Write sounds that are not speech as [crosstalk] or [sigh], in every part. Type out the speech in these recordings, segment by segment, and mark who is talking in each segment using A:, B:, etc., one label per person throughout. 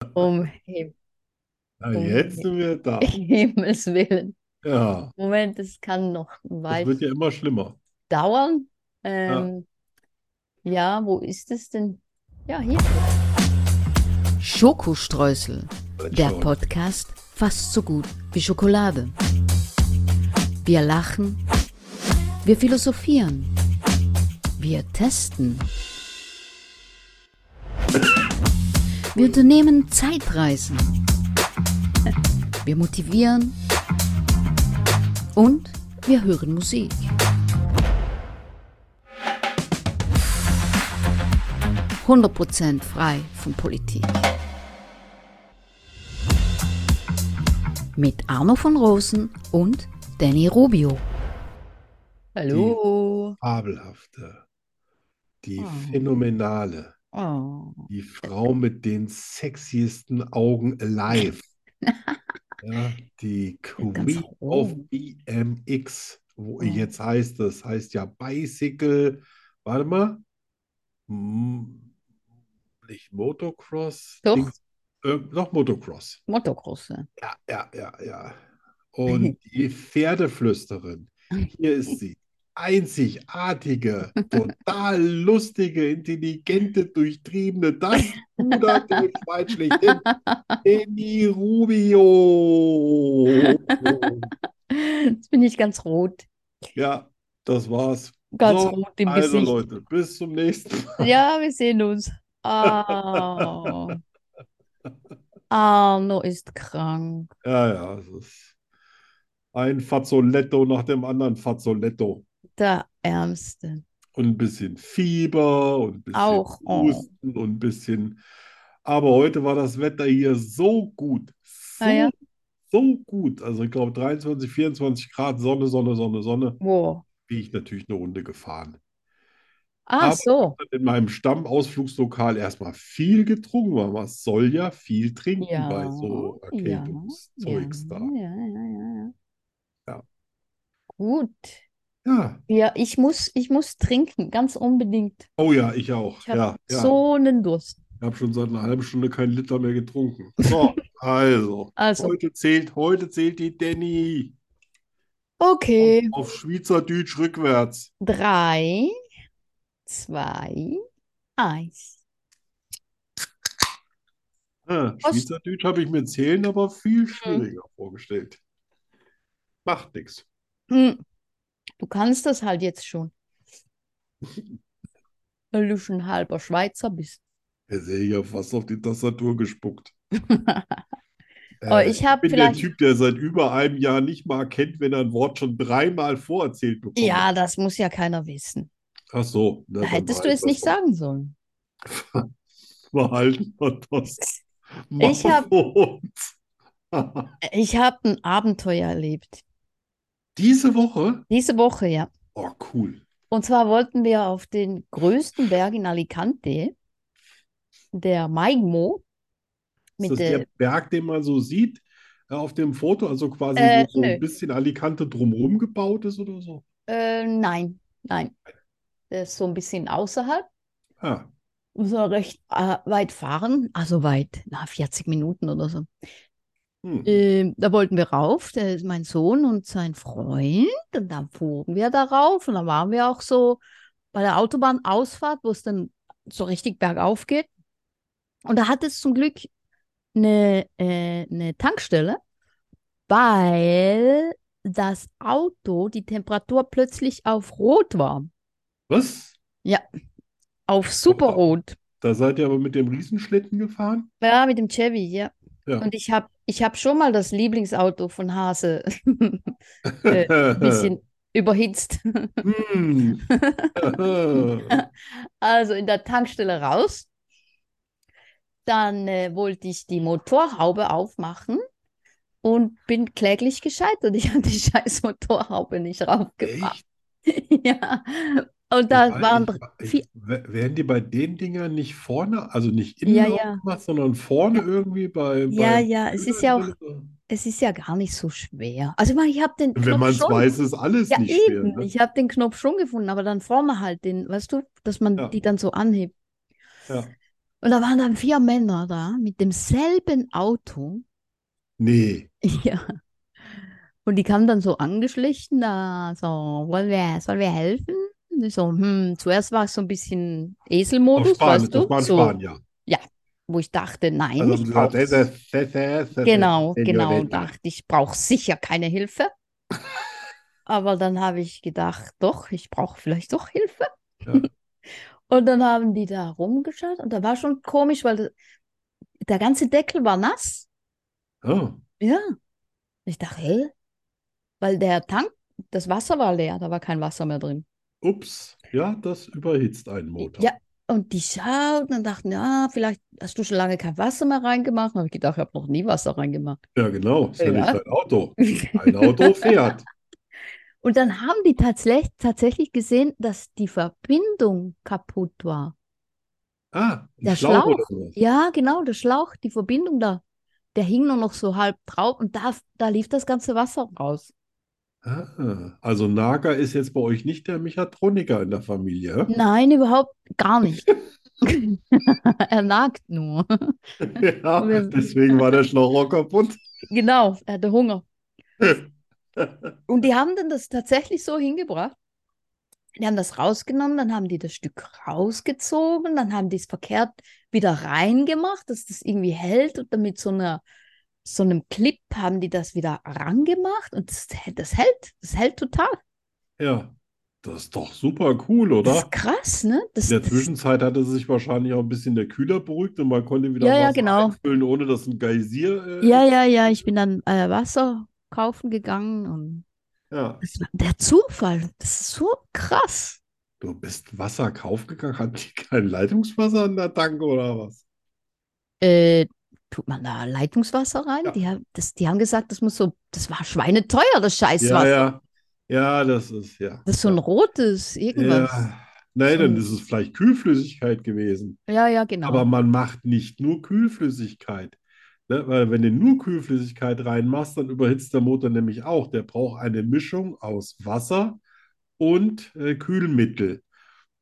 A: [laughs]
B: Um, Him-
A: Ah,
B: um
A: jetzt sind wir da.
B: Himmels Willen.
A: Ja,
B: Moment, das kann noch
A: das
B: weit
A: wird ja immer schlimmer.
B: dauern.
A: Ja.
B: Ähm, ja, wo ist es denn? Ja, hier.
C: Schokostreusel,
A: Alles
C: der
A: schon.
C: Podcast fast so gut wie Schokolade. Wir lachen, wir philosophieren, wir testen, wir unternehmen Zeitreisen, wir motivieren und wir hören Musik. Prozent frei von Politik. Mit Arno von Rosen und Danny Rubio.
A: Die
B: Hallo. [laughs]
A: fabelhafte, die
B: Oh,
A: phänomenale,
B: oh.
A: die Frau mit den sexiesten Augen
B: [laughs]
A: alive. Ja, die
B: Ganz
A: Queen of
B: hoch.
A: BMX, wo
B: Oh.
A: jetzt heißt das, heißt ja Bicycle. Warte mal. Hm, nicht Motocross,
B: Doch,
A: Dings, äh, doch Motocross.
B: Motocross. ja.
A: Ja, ja, ja,
B: [laughs]
A: ja. Und die Pferdeflüsterin. Hier ist sie. Einzigartige, total lustige, intelligente, durchtriebene, das [laughs] Ruderdeutschschwein schlechthin, Danny Rubio.
B: Jetzt bin ich ganz rot.
A: Ja, das war's.
B: Ganz
A: So,
B: rot im
A: also
B: Gesicht.
A: Leute, bis zum nächsten Mal.
B: Ja, wir sehen
A: [laughs]
B: uns. Ah, Arno ist krank.
A: Ja, ja, es ist ein Fazzoletto nach dem anderen Fazzoletto.
B: Der Ärmste.
A: Und ein bisschen Fieber und ein bisschen
B: Auch. Oh.
A: Husten und ein bisschen. Aber heute war das Wetter hier so gut.
B: Naja.
A: So, so gut. Also ich glaube 23, 24 Grad, Sonne, Sonne, Sonne, Sonne.
B: Wo?
A: Bin ich natürlich eine Runde gefahren.
B: Ah,
A: Aber ich
B: so.
A: habe in meinem Stammausflugslokal erstmal viel getrunken, weil man soll ja viel trinken bei
B: Ja,
A: so
B: ja, ja,
A: Erkältungszeugs da.
B: ja, ja, ja.
A: Ja.
B: Gut.
A: Ja.
B: Ja, ich muss, ich muss trinken, ganz unbedingt.
A: Oh ja, ich auch.
B: Ich habe
A: Ja, ja.
B: so einen Durst.
A: Ich habe schon seit einer halben Stunde keinen Liter mehr getrunken.
B: [laughs]
A: So, also,
B: Also,
A: heute zählt, heute zählt die Danny. Auf,
B: okay.
A: auf Schweizerdeutsch rückwärts.
B: Drei, zwei, eins.
A: Ja,
B: Prost.
A: Ah, Schweizerdeutsch habe ich mir zählen aber viel
B: Hm.
A: schwieriger vorgestellt. Macht nichts.
B: Hm. Du kannst das halt jetzt schon, weil du schon halber Schweizer bist.
A: Er sehe ja fast auf die
B: [laughs]
A: Tastatur gespuckt.
B: Aber
A: Äh,
B: Oh, ich
A: ich
B: habe
A: bin der
B: vielleicht,
A: Typ, der seit über einem Jahr nicht mal erkennt, wenn er ein Wort schon dreimal vorerzählt bekommen hat.
B: ja, das muss ja keiner wissen.
A: Ach so, na,
B: Da
A: dann
B: hättest du es
A: behalten wir es
B: nicht
A: doch.
B: sagen sollen.
A: Behalten wir das mal
B: Ich habe
A: vor uns.
B: ich hab ein Abenteuer erlebt.
A: [laughs] Diese Woche?
B: Diese Woche, ja.
A: Oh, cool.
B: Und zwar wollten wir auf den größten Berg in Alicante, der Maigmo,
A: Ist
B: mit
A: das der
B: der,
A: Berg, den man so sieht äh, auf dem Foto? Also quasi,
B: äh,
A: wo so ein
B: nö,
A: bisschen Alicante drumherum gebaut ist oder so?
B: äh, nein, nein, der ist so ein bisschen außerhalb,
A: Ah,
B: muss man recht äh, weit fahren, also weit, na, 40 Minuten oder so.
A: hm.
B: Ähm, da wollten wir rauf, der ist mein Sohn und sein Freund, und dann fuhren wir da rauf und dann waren wir auch so bei der Autobahnausfahrt, wo es dann so richtig bergauf geht. Und da hat es zum Glück eine, äh, eine Tankstelle. weil das Auto die Temperatur plötzlich auf Rot war.
A: Was?
B: Ja, auf
A: Hoppla.
B: Superrot.
A: Da seid ihr aber mit dem Riesenschlitten gefahren?
B: Ja, mit dem Chevy, ja.
A: Ja.
B: Und ich habe ich hab schon mal das Lieblingsauto von Hase äh,
A: [laughs]
B: ein bisschen überhitzt. [laughs]
A: Hm. Äh,
B: Also in der Tankstelle raus. Dann äh, wollte ich die Motorhaube aufmachen und bin kläglich gescheitert. [laughs] Ich habe die scheiß Motorhaube nicht raufgemacht.
A: Echt?
B: Ja. Und genau. da
A: Wobei
B: waren
A: ich,
B: dr-
A: ich,
B: vier.
A: werden die bei den Dingern nicht vorne, also nicht innen
B: Ja, ja.
A: aufgemacht, sondern vorne irgendwie bei,
B: Ja,
A: beim
B: ja, es
A: Führer
B: ist ja
A: drin?
B: auch,
A: oder?
B: es ist ja gar nicht so schwer. Also ich meine, ich habe den
A: Wenn
B: Knopf
A: man es
B: schon,
A: weiß, ist alles
B: ja
A: nicht schwer,
B: eben,
A: ne?
B: ich habe den Knopf schon gefunden, aber dann vorne halt den, weißt du, dass man
A: Ja,
B: die dann so anhebt.
A: ja.
B: Und da waren dann vier Männer da mit demselben Auto. [laughs]
A: Nee.
B: Ja. Und die kamen dann so angeschlichen, da so, wollen wir, sollen wir helfen? Und ich so, hm, zuerst war es so ein bisschen
A: Auf
B: Eselmodus,
A: Spanien,
B: weißt
A: das
B: du?
A: war in
B: so,
A: Spanien.
B: wo ich dachte, nein,
A: Also,
B: ich
A: du
B: brauch-
A: sagst, hey, das- das- das- das-
B: Genau,
A: das-
B: genau,
A: das-
B: dachte ich, brauche sicher keine Hilfe. Aber dann habe ich gedacht, doch, ich brauche vielleicht doch Hilfe.
A: Ja.
B: [laughs] Und dann haben die da rumgeschaut und da war schon komisch, weil das, der ganze Deckel war nass.
A: Oh,
B: Ja. Ich dachte, hä? Weil der Tank, das Wasser war leer, da war kein Wasser mehr drin.
A: ups, ja, das überhitzt einen Motor.
B: Ja, und die schauten und dachten, ja, vielleicht hast du schon lange kein Wasser mehr reingemacht. Und ich gedacht, ich habe noch nie Wasser reingemacht.
A: Ja, genau, ist ja
B: Ja.
A: nicht
B: [laughs]
A: dein Auto. Ein Auto fährt.
B: Und dann haben die tatsächlich, tatsächlich gesehen, dass die Verbindung kaputt war.
A: Ah, ein
B: Der
A: Schlauch
B: Schlauch.
A: oder sowas.
B: Ja, genau, der Schlauch, die Verbindung da, der hing nur noch so halb drauf und da, da lief das ganze Wasser raus.
A: Ah, also Naga ist jetzt bei euch nicht der Mechatroniker in der Familie.
B: Nein, überhaupt gar nicht. [laughs] er nagt nur.
A: [laughs] Ja,
B: Wir-
A: deswegen war der Schlauch auch kaputt.
B: Genau, er hatte Hunger. Und die haben dann das tatsächlich so hingebracht. Die haben das rausgenommen, dann haben die das Stück rausgezogen, dann haben die es verkehrt wieder reingemacht, dass das irgendwie hält und dann mit so einer so einem Clip haben die das wieder rangemacht und das, das hält, das hält total.
A: Ja, das ist doch super cool,
B: Das
A: oder?
B: ist krass, ne? Das,
A: In der
B: das-
A: Zwischenzeit hatte sich wahrscheinlich auch ein bisschen der Kühler beruhigt und man konnte wieder
B: Ja, ja,
A: Wasser
B: genau.
A: einfüllen, ohne dass ein Geysir, äh,
B: ja, ja, ja, ich bin dann äh, Wasser kaufen gegangen und
A: ja.
B: das war der Zufall, das ist so krass.
A: Du bist Wasser kaufgegangen? Hat die kein Leitungswasser in der Tanke oder was?
B: Äh, tut man da Leitungswasser rein?
A: Ja.
B: Die, haben- das, die haben gesagt, das muss so, das war schweineteuer, das
A: Ja,
B: Scheißwasser.
A: ja. Ja, das ist, ja.
B: Das ist so ein rotes, irgendwas.
A: Ja. Nein,
B: So
A: dann
B: ein-
A: ist es vielleicht Kühlflüssigkeit gewesen.
B: Ja, ja, genau.
A: Aber man macht nicht nur Kühlflüssigkeit. Ne? Weil wenn du nur Kühlflüssigkeit reinmachst, dann überhitzt der Motor nämlich auch. Der braucht eine Mischung aus Wasser und äh, Kühlmittel.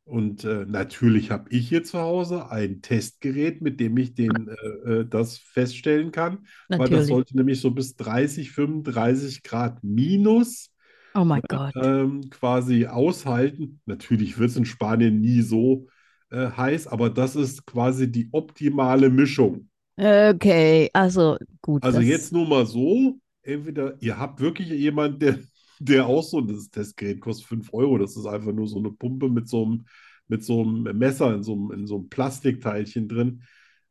A: Und äh, natürlich habe ich hier zu Hause ein Testgerät, mit dem ich den, äh, äh, das feststellen kann, weil das
B: Natürlich.
A: sollte nämlich so bis 30, 35 Grad minus
B: Oh mein Gott.
A: ähm, quasi aushalten. Natürlich wird es in Spanien nie so äh, heiß, aber das ist quasi die optimale Mischung.
B: Okay, also gut.
A: Also
B: das,
A: jetzt nur mal so, entweder ihr habt wirklich jemanden, der, der auch so das Testgerät kostet 5 Euro, das ist einfach nur so eine Pumpe mit so einem, mit so einem Messer in so einem, in so einem Plastikteilchen drin.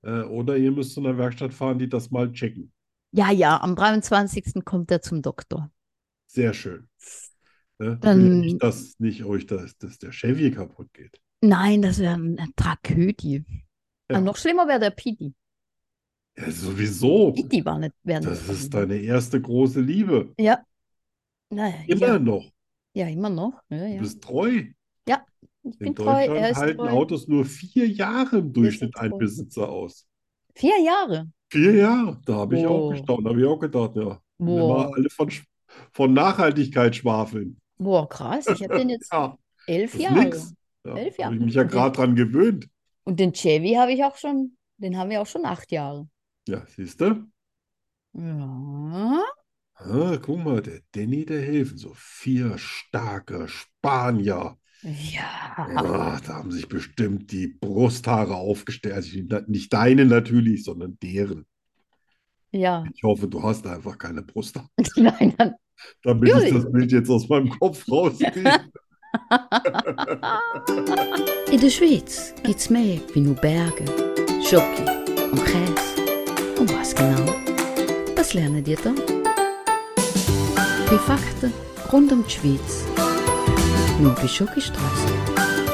A: Äh, oder ihr müsst zu einer Werkstatt fahren, die das mal checken.
B: Ja, ja, am 23. kommt er zum Doktor.
A: Sehr schön. Ne?
B: Dann-
A: nicht, dass nicht euch das, dass der Chevy kaputt geht.
B: Nein, das wäre eine Tragödie.
A: Ja.
B: Aber noch schlimmer wäre der Pidi.
A: Ja, sowieso.
B: Pidi war nicht. Wär
A: Das
B: nicht
A: ist deine erste große Liebe.
B: Ja. Naja,
A: Immer
B: ja,
A: noch.
B: ja, immer noch. Ja,
A: Du
B: ja.
A: bist treu.
B: Ich
A: In
B: bin treu, er
A: Deutschland halt
B: ist
A: halten
B: treu.
A: Autos nur vier Jahre im Durchschnitt
B: sind
A: ein
B: treu.
A: Besitzer aus.
B: Vier Jahre.
A: Vier Jahre, da habe ich auch
B: Wow.
A: gestaunt, da habe ich auch gedacht, ja, wenn wir
B: Wow.
A: mal alle von, Sch- von Nachhaltigkeit schwafeln.
B: Boah, krass. Ich habe den jetzt
A: Ja,
B: elf
A: das ist
B: Jahre.
A: nix. Ja,
B: Elf
A: habe
B: Jahre.
A: ich mich ja
B: Und den-
A: gerade dran gewöhnt.
B: Und den Chevy habe ich auch schon, den haben wir auch schon acht Jahre.
A: Ja, siehst du?
B: Ja.
A: Ah, guck mal, der Danny der Hilfen, so vier starke Spanier.
B: Ja.
A: Ah, da haben sich bestimmt die Brusthaare aufgestellt. Also die- nicht deine natürlich, sondern deren.
B: Ja. [laughs]
A: Ich hoffe, du hast einfach keine Brusthaare,
B: Nein, dann.
A: damit ich
B: Natürlich.
A: das Bild jetzt aus meinem Kopf rauskriege.
C: I de Schweiz gibt's mehr wie nur Berge, Schoki und Käse. Und was genau? Das lernen die dann. Die Fakten rund um die Schweiz. Nur bei Schokistraße.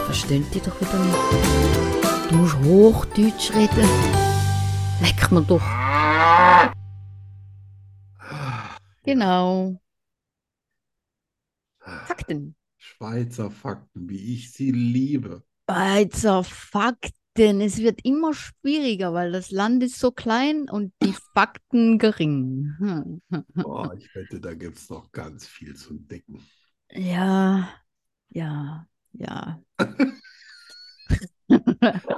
C: Verstehen die doch wieder nicht. Du musst Hochdeutsch reden. Leck mir doch.
B: Genau.
A: Ah.
B: Fakten.
A: Schweizer Fakten, wie ich sie liebe.
B: Schweizer Also, Fakten. Es wird immer schwieriger, weil das Land ist so klein und die Fakten gering. Hm.
A: Oh, ich wette, da gibt es noch ganz viel zu entdecken.
B: Ja. Ja. Ja.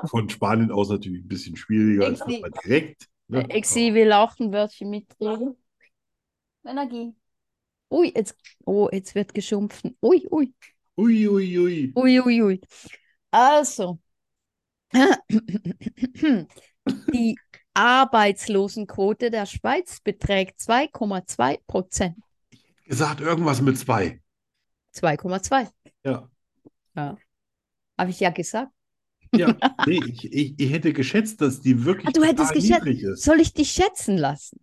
A: Von Spanien aus natürlich ein bisschen schwieriger als
B: Exi-
A: das mal direkt. ne?
B: Exi will auch ein Wörtchen mitreden. Energie. Ui, jetzt, oh, jetzt wird geschumpft. Ui, ui,
A: Ui, ui, ui.
B: ui, ui, ui. Also, die Arbeitslosenquote der Schweiz beträgt 2,2 Prozent.
A: Gesagt, irgendwas mit zwei.
B: 2,2,
A: Ja.
B: habe ich ja gesagt.
A: ja. [laughs] Nee, ich, ich, ich hätte geschätzt, dass die wirklich
B: Ah, du hättest
A: total
B: geschätzt.
A: niedrig ist.
B: Soll ich dich schätzen lassen?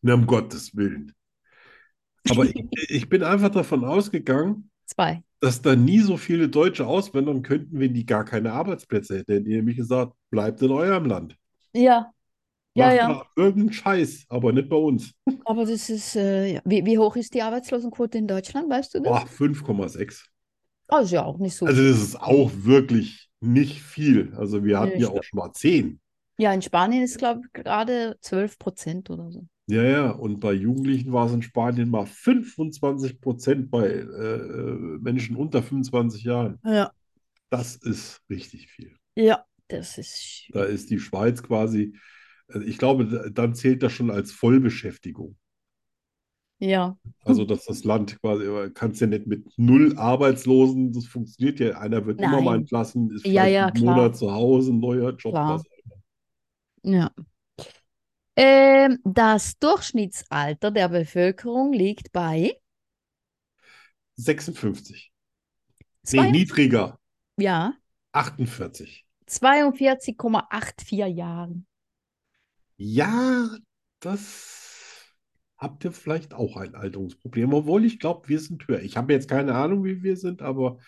A: Na, um Gottes Willen. Aber
B: [laughs]
A: ich, ich bin einfach davon ausgegangen,
B: Zwei.
A: dass da nie so viele Deutsche auswandern könnten, wenn die gar keine Arbeitsplätze hätten. Hätten die nämlich gesagt, bleibt in eurem Land.
B: Ja, ja,
A: Macht
B: ja.
A: mal irgendeinen Scheiß, aber nicht bei uns.
B: Aber das ist, äh, ja. wie, wie hoch ist die Arbeitslosenquote in Deutschland, weißt du das?
A: Boah, 5,6.
B: Ah, ist ja auch nicht so.
A: Also das ist auch wirklich nicht viel. Also wir hatten
B: Nee,
A: ja
B: stimmt.
A: auch schon mal 10.
B: Ja, in Spanien ist, glaube ich, gerade 12 Prozent oder so.
A: Ja, ja. Und bei Jugendlichen war es in Spanien mal 25 Prozent bei äh, äh, Menschen unter 25 Jahren.
B: Ja.
A: Das ist richtig viel.
B: Ja, das ist sch-
A: Da ist die Schweiz quasi, also ich glaube, da- dann zählt das schon als Vollbeschäftigung.
B: Ja,
A: Also, dass das Land quasi, aber kannst ja nicht mit null Arbeitslosen, das funktioniert ja, einer wird immer mal
B: Nein.
A: entlassen, ist
B: Ja,
A: vielleicht
B: ja,
A: einen
B: klar.
A: Monat zu Hause, ein neuer Job,
B: Klar.
A: was auch immer.
B: ja. Ähm, das Durchschnittsalter der Bevölkerung liegt bei
A: 56. Nee,
B: zwei,
A: niedriger.
B: ja,
A: 48.
B: 42,84 Jahren.
A: Ja, das habt ihr vielleicht auch ein Alterungsproblem, obwohl ich glaube, wir sind höher. Ich habe jetzt keine Ahnung, wie wir sind, aber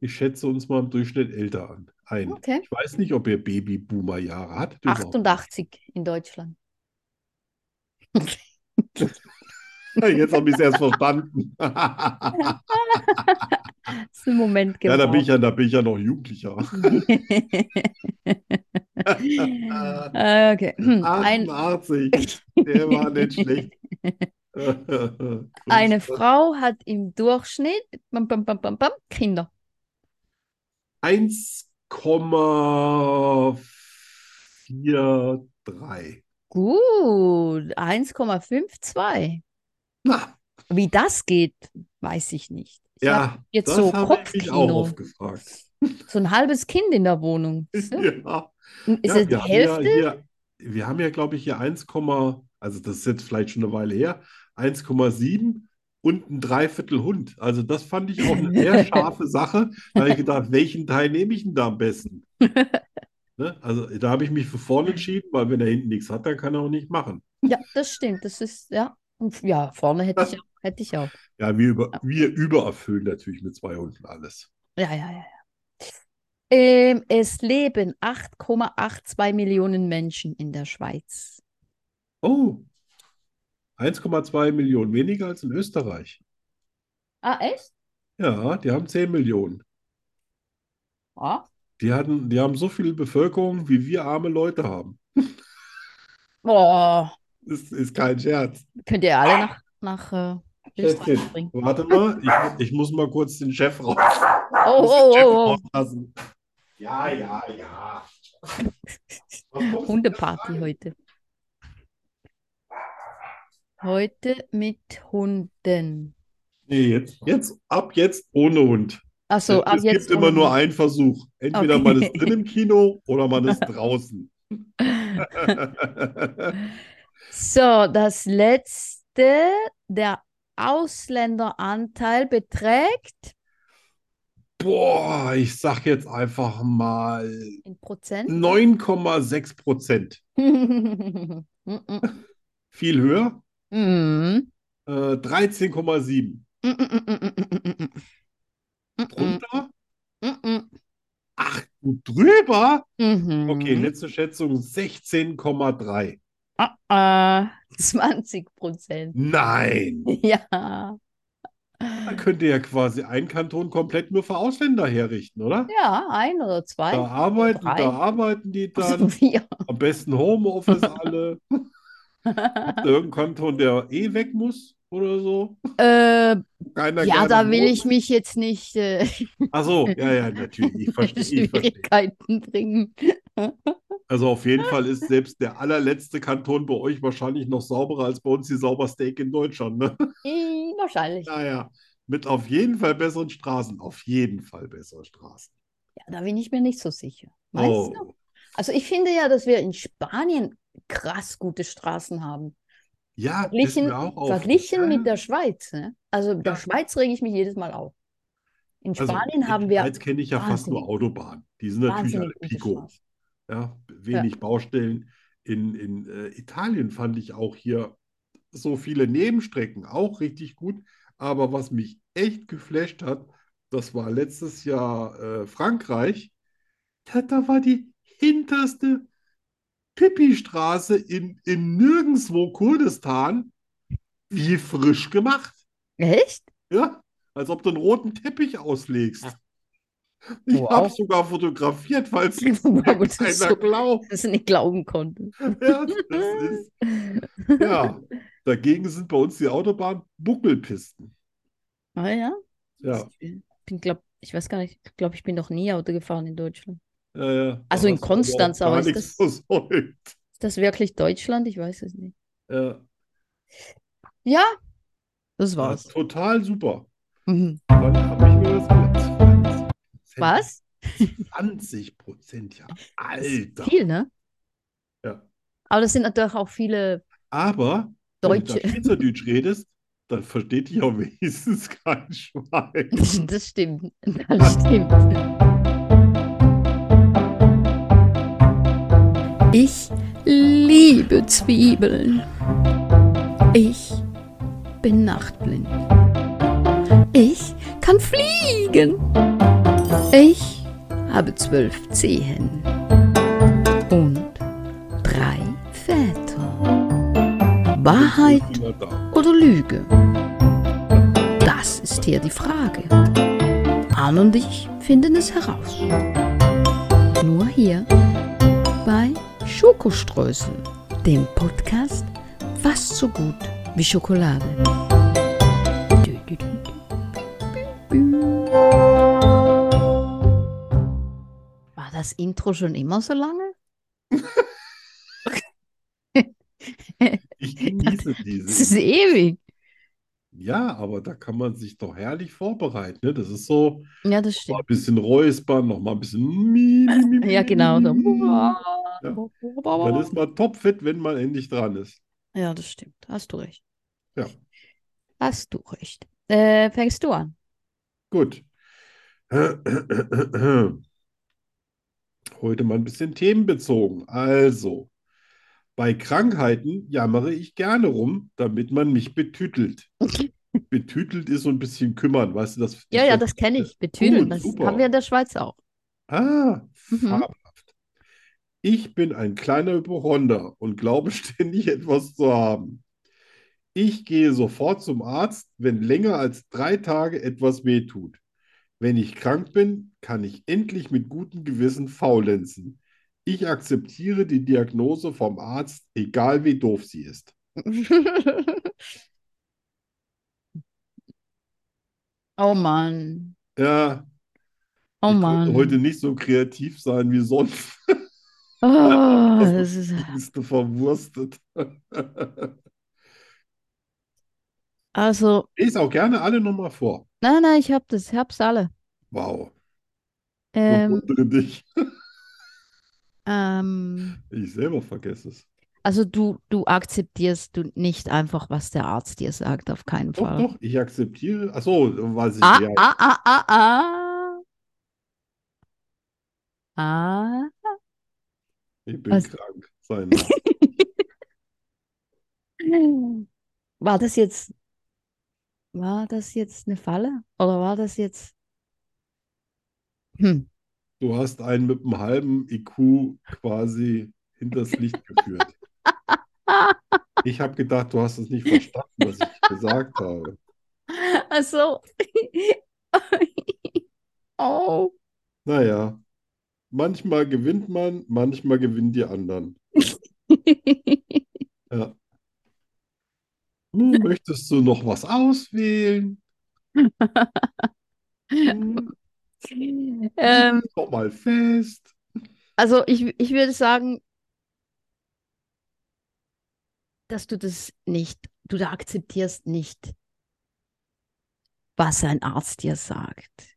A: ich schätze uns mal im Durchschnitt älter an. Ein.
B: Okay.
A: Ich weiß nicht, ob ihr Babyboomer-Jahre hattet überhaupt.
B: 88 in Deutschland.
A: Jetzt habe ich es
B: [laughs]
A: erst verstanden. Ja,
B: Das ist ein Moment
A: da bin
B: gebraucht.
A: ich ja, da bin ich ja noch Jugendlicher. [laughs]
B: Äh, okay. Hm, Ein,
A: 88, der war nicht
B: [laughs]
A: schlecht.
B: eine Frau hat im Durchschnitt bam, bam, bam, bam, bam, Kinder.
A: 1,43.
B: Gut, 1,52.
A: Na,
B: Wie das geht, weiß ich nicht. Ich habe
A: ja,
B: jetzt
A: das
B: so
A: habe ich mich auch
B: Kopfkino.
A: oft gefragt.
B: so ein halbes Kind in der Wohnung. [laughs] Ist
A: [laughs] Ja.
B: es
A: Ja,
B: die
A: wir haben ja
B: Hälfte?
A: hier, wir haben ja, glaube ich, hier 1, also das ist jetzt vielleicht schon eine Weile her, 1,7 und ein Dreiviertel Hund. Also das fand ich auch eine
B: [laughs]
A: sehr scharfe Sache. Da habe ich gedacht, welchen Teil nehme ich denn da
B: [laughs]
A: am besten? Ne? Also da habe ich mich für vorne entschieden, weil wenn er hinten nichts hat, dann kann er auch nicht machen.
B: Ja, das stimmt. Das ist, ja. Und ja, vorne hätte ich auch, hätte ich auch.
A: Ja, wir, über, wir übererfüllen natürlich mit zwei Hunden alles.
B: Ja, ja, ja. ja. Ähm, es leben 8,82 Millionen Menschen in der Schweiz.
A: Oh, 1,2 Millionen weniger als in Österreich.
B: Ah, echt?
A: Ja, die haben 10 Millionen.
B: Ja.
A: Die hatten, die haben so viel Bevölkerung, wie wir arme Leute haben.
B: Oh,
A: Das ist kein Scherz.
B: könnt ihr alle nach, nach äh, Österreich
A: Schätzchen,
C: [laughs]
B: springen.
A: [laughs] Warte mal, ich, ich muss mal kurz den Chef raus, den
B: Oh, oh,
A: Chef
B: oh,
A: rauslassen. Ja, ja,
B: [laughs]
A: ja. Was
B: oh.
A: kommst du
B: Hundeparty
A: denn
B: heute. Heute mit Hunden.
A: Nee, jetzt, jetzt, ab jetzt ohne Hund.
B: Achso, ab
A: Es gibt
B: jetzt
A: immer
B: ohne
A: nur
B: Hund.
A: einen Versuch. Entweder
B: Okay.
A: man ist drin im Kino oder man ist
B: [laughs]
A: draußen. [laughs]
B: So, das letzte, der Ausländeranteil beträgt
A: Boah, ich sag jetzt einfach mal
B: in Prozent.
A: 9,6 Prozent.
B: [laughs] Mm, mm.
A: Viel höher.
B: Mm.
A: Äh, 13,7.
B: Mm, mm, mm, mm, mm, mm, mm,
A: Drunter?
B: mm, mm,
A: Ach, du drüber?
B: mm.
A: Okay,
B: Mhm.
A: letzte Schätzung 16,3.
B: Ah, ah, 20 Prozent.
A: Nein.
B: Ja.
A: Da könnte ja quasi ein Kanton komplett nur für Ausländer herrichten, oder?
B: Ja, ein oder zwei.
A: Da arbeiten,
B: drei.
A: da arbeiten die
B: [laughs] Also
A: dann.
B: vier.
A: Am
B: [laughs]
A: besten Homeoffice alle. Habt ihr irgendeinen Kanton, der eh weg muss? oder so?
B: Äh,
A: Keiner
B: ja,
A: gerne
B: da will
A: Brot?
B: ich mich jetzt nicht äh,
A: Ach so, ja, ja, natürlich. Ich
B: in [laughs]
A: verstehe, ich verstehe.
B: Schwierigkeiten bringen.
A: Also
B: [laughs]
A: auf jeden Fall ist selbst der allerletzte Kanton bei euch wahrscheinlich noch sauberer als bei uns die Saubersteak in Deutschland, ne? [laughs]
B: Ih, Hm, Wahrscheinlich. Ja,
A: Naja, mit auf jeden Fall besseren Straßen. Auf jeden Fall bessere Straßen.
B: da bin ich mir nicht so sicher. Weißt
A: Oh,
B: du? Also ich finde ja, dass wir in Spanien krass gute Straßen haben.
A: ja, ist
B: Verglichen,
A: mir auch aufgefallen.
B: verglichen
A: Ja.
B: mit der Schweiz. Ne? Also in der
A: Ja.
B: Schweiz rege ich mich jedes Mal auf. In
A: Also
B: Spanien
A: in
B: haben wir
A: der Schweiz kenne ich ja fast nur
B: wahnsinnig-
A: Autobahnen. Die sind natürlich alle
B: wahnsinnig gute
A: Pico.
B: Straßen.
A: Ja, wenig Baustellen. In, in äh, Italien fand ich auch hier so viele Nebenstrecken auch richtig gut. Aber was mich echt geflasht hat, das war letztes Jahr äh, Frankreich. Da, da war die hinterste Pipi-Straße in, in nirgendwo Kurdistan. Wie frisch gemacht.
B: Echt?
A: Ja, als ob du einen roten Teppich auslegst. Ich
B: Wow.
A: habe sogar fotografiert, falls es
B: Weil du
A: [laughs] keiner
B: so-
A: glaubt.
B: das nicht glauben konnte.
A: Ja,
B: [laughs]
A: das ist, ja. Dagegen sind bei uns die Autobahnen Buckelpisten.
B: Ah ja.
A: Ja,
B: Ich bin, glaub, ich weiß gar nicht, ich glaube, ich bin noch nie Auto gefahren in Deutschland.
A: ja, ja.
B: Also
A: äh, Da
B: in
A: hast du aber auch
B: Konstanz, aber
A: gar
B: ist
A: nichts versäumt.
B: Ist das wirklich Deutschland? Ich weiß es nicht.
A: Ja,
B: Ja, das
A: ja,
B: war's.
A: total super.
B: Mhm.
A: Wann habe ich mir das mit 20%?
B: Was?
A: 20 Prozent, ja.
B: Das ist
A: Alter.
B: viel, ne?
A: Ja.
B: Aber das sind natürlich auch
A: [laughs]
B: viele
A: Aber wenn du da
B: Deutsche.
A: Schweizerdeutsch redest, dann versteht dich auch [laughs] wenigstens kein Schwein.
B: Das stimmt. [laughs] Das stimmt.
C: Ich liebe Zwiebeln. Ich bin nachtblind. Ich kann fliegen. Ich habe zwölf Zehen und drei Väter. Wahrheit
A: Ist immer da.
C: oder Lüge? Das ist hier die Frage. Arne und ich finden es heraus. Nur hier bei Schokoströßen, dem Podcast fast so gut wie Schokolade. Dü, dü, dü, dü, dü, dü.
B: War das Intro schon immer so lange?
A: Ich genieße diese.
B: Das ist ewig.
A: Ja, aber da kann man sich doch herrlich vorbereiten. Ne? Das ist so
B: Ja, das
A: mal
B: stimmt.
A: ein bisschen räuspern, noch mal ein bisschen. mi, mi,
B: [laughs]
A: mi,
B: Ja,
A: mi,
B: genau. So.
A: [laughs] mi, mi. Dann ist man topfit, wenn man endlich dran ist.
B: Ja, das stimmt. Hast du recht.
A: Ja.
B: Hast du recht. Äh, fängst du an?
A: Gut. [clears throat] Heute mal ein bisschen themenbezogen. Also, bei Krankheiten jammere ich gerne rum, damit man mich
B: [laughs]
A: betütelt. Betütelt ist so ein bisschen kümmern, weißt du, das
B: Ja, ja, das kenne ich. Betüdeln.
A: Gut,
B: Das
A: super.
B: haben wir in der Schweiz auch. [laughs]
A: Ah,
B: Mhm.
A: fabelhaft. Ich bin ein kleiner Hypochonder und glaube [laughs] ständig etwas zu haben. Ich gehe sofort zum Arzt, wenn länger als drei Tage etwas wehtut. Wenn ich krank bin, kann ich endlich mit gutem Gewissen faulenzen. Ich akzeptiere die Diagnose vom Arzt, egal wie doof sie ist.
B: Oh Mann.
A: Ja,
B: Oh
A: ich
B: Mann.
A: konnte heute nicht so kreativ sein wie sonst. [laughs]
B: Oh, das ist.
A: Bist du verwurstet. [laughs]
B: Also,
A: Lest auch gerne alle nochmal vor.
B: nein, nein, ich hab das. Ich hab's alle.
A: Wow. Oh,
B: Ähm,
A: Bewundere dich.
B: ähm,
A: Ich selber vergesse es.
B: also du, du akzeptierst du nicht einfach, was der Arzt dir sagt, auf keinen
A: Doch,
B: Fall.
A: doch, ich akzeptiere. Ach so, weiß ich
B: Ah,
A: ja.
B: ah, ah, ah, ah. Ah.
A: Ich bin
B: Was?
A: krank. Sein. lassen.
B: War das jetzt, war das jetzt eine Falle? Oder war das jetzt? Hm.
A: Du hast einen mit einem halben IQ quasi hinters Licht geführt.
B: [laughs]
A: Ich habe gedacht, du hast es nicht verstanden, was ich gesagt habe.
B: Ach so. [laughs] Oh.
A: Naja, manchmal gewinnt man, manchmal gewinnen die anderen. Ja.
B: [laughs]
A: Nun, möchtest du noch was auswählen? Hm,
B: Ähm,
A: doch Halt mal fest.
B: also ich, ich würde sagen, dass du das nicht, du da akzeptierst nicht, was ein Arzt dir sagt.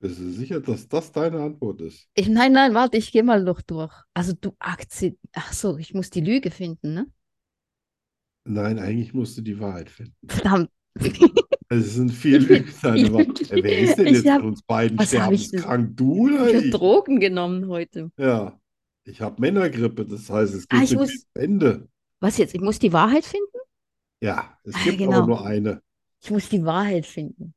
A: Bist du sicher, dass das deine Antwort ist?
B: Ich, nein, nein, warte, ich gehe mal noch durch. Also du akzeptierst, ach so, ich muss die Lüge finden, ne?
A: Nein, eigentlich musst du die Wahrheit finden.
B: Verdammt.
A: Also
B: [laughs]
A: es sind vier
B: Ich
A: Lügen,
B: bin-
A: deine
B: ich
A: Wahrheit.
B: bin-
A: Ey, Äh, Wer ist denn
B: ich
A: jetzt von
B: hab-
A: uns beiden
B: was hab ich denn-
A: sterbenskrank? Du oder
B: Ich habe
A: ich?
B: Drogen genommen heute.
A: Ja, ich habe Männergrippe, das heißt, es
B: Ah,
A: geht
B: ich
A: mit mir
B: muss,
A: zu Ende.
B: was jetzt? Ich muss die Wahrheit finden?
A: Ja, es
B: Ah,
A: gibt aber
B: genau.
A: nur eine.
B: Ich muss die Wahrheit finden.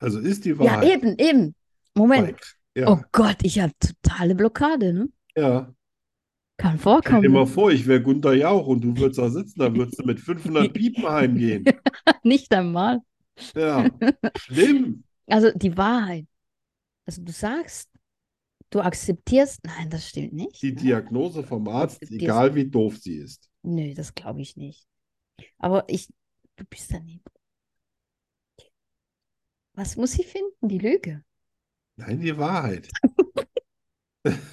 A: Also ist die
B: Ja,
A: Wahrheit.
B: eben, eben. Moment.
A: Mike.
B: Oh
A: Ja,
B: Gott, ich habe totale Blockade, ne?
A: ja.
B: Kann
A: Stell dir
B: vorkommen.
A: mal vor, ich wäre Günther Jauch und du würdest da sitzen, da würdest du mit
B: [laughs]
A: 500 Piepen heimgehen.
B: [laughs] Nicht einmal.
A: Ja, schlimm.
B: Also die Wahrheit. Also du sagst, du akzeptierst. Nein, das stimmt nicht.
A: Die
B: Ne?
A: Diagnose vom Arzt,
B: Akzeptierst.
A: egal wie doof sie ist.
B: Nö, das glaube ich nicht. Aber ich, du bist daneben. Was muss ich finden? Die Lüge.
A: Nein,
B: [laughs]
A: die Wahrheit. [laughs]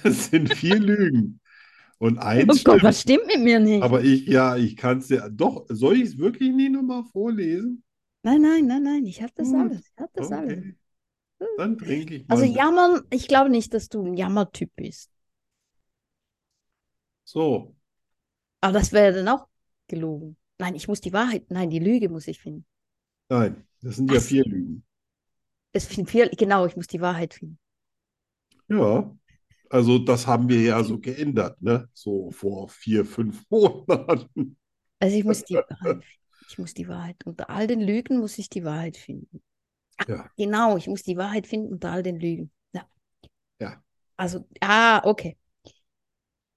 A: Es sind vier Lügen. Und
B: Oh
A: eins
B: Gott,
A: stimmt.
B: was stimmt mit mir [laughs] nicht?
A: Aber ich, ja, ich kann es ja. Doch, soll ich es wirklich nie nochmal vorlesen?
B: Nein, nein, nein, nein. Ich habe das
A: Gut,
B: alles. Ich habe das alles.
A: Hm. okay. Dann trinke ich mal.
B: Also jammern, ich glaube nicht, dass du ein Jammertyp bist.
A: So,
B: Aber das wäre ja dann auch gelogen. Nein, ich muss die Wahrheit, nein, die Lüge muss ich finden.
A: nein, das sind ja
B: Was?
A: vier Lügen.
B: Es sind vier, genau, ich muss die Wahrheit finden.
A: Ja, also das haben wir ja so geändert, ne? So vor vier, fünf [laughs] Monaten.
B: Also ich muss die Wahrheit, ich muss die Wahrheit. Unter all den Lügen muss ich die Wahrheit finden.
A: Ja,
B: Genau, ich muss die Wahrheit finden unter all den Lügen. Ja.
A: Ja.
B: Also, ah, okay.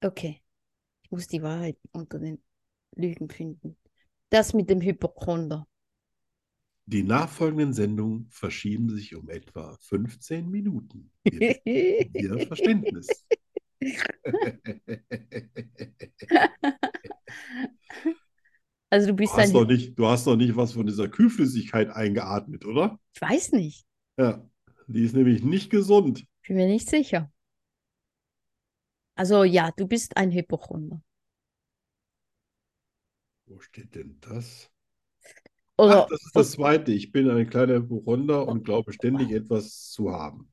B: Okay. Ich muss die Wahrheit unter den Lügen finden. Das mit dem Hypochonder.
A: die nachfolgenden Sendungen verschieben sich um etwa 15 Minuten. Wir
B: [laughs]
A: bitten um Ihr Verständnis.
B: Also du
A: Du
B: bist
A: hast
B: ein,
A: noch nicht, du hast noch nicht was von dieser Kühlflüssigkeit eingeatmet, oder?
B: ich weiß nicht,
A: Ja, die ist nämlich nicht gesund.
B: bin mir nicht sicher. Also ja, du bist ein Hypochonder.
A: Wo steht denn das? Ach,
B: Oder
A: das ist das Zweite. Ich bin ein kleiner Hypochonder und glaube ständig etwas zu haben.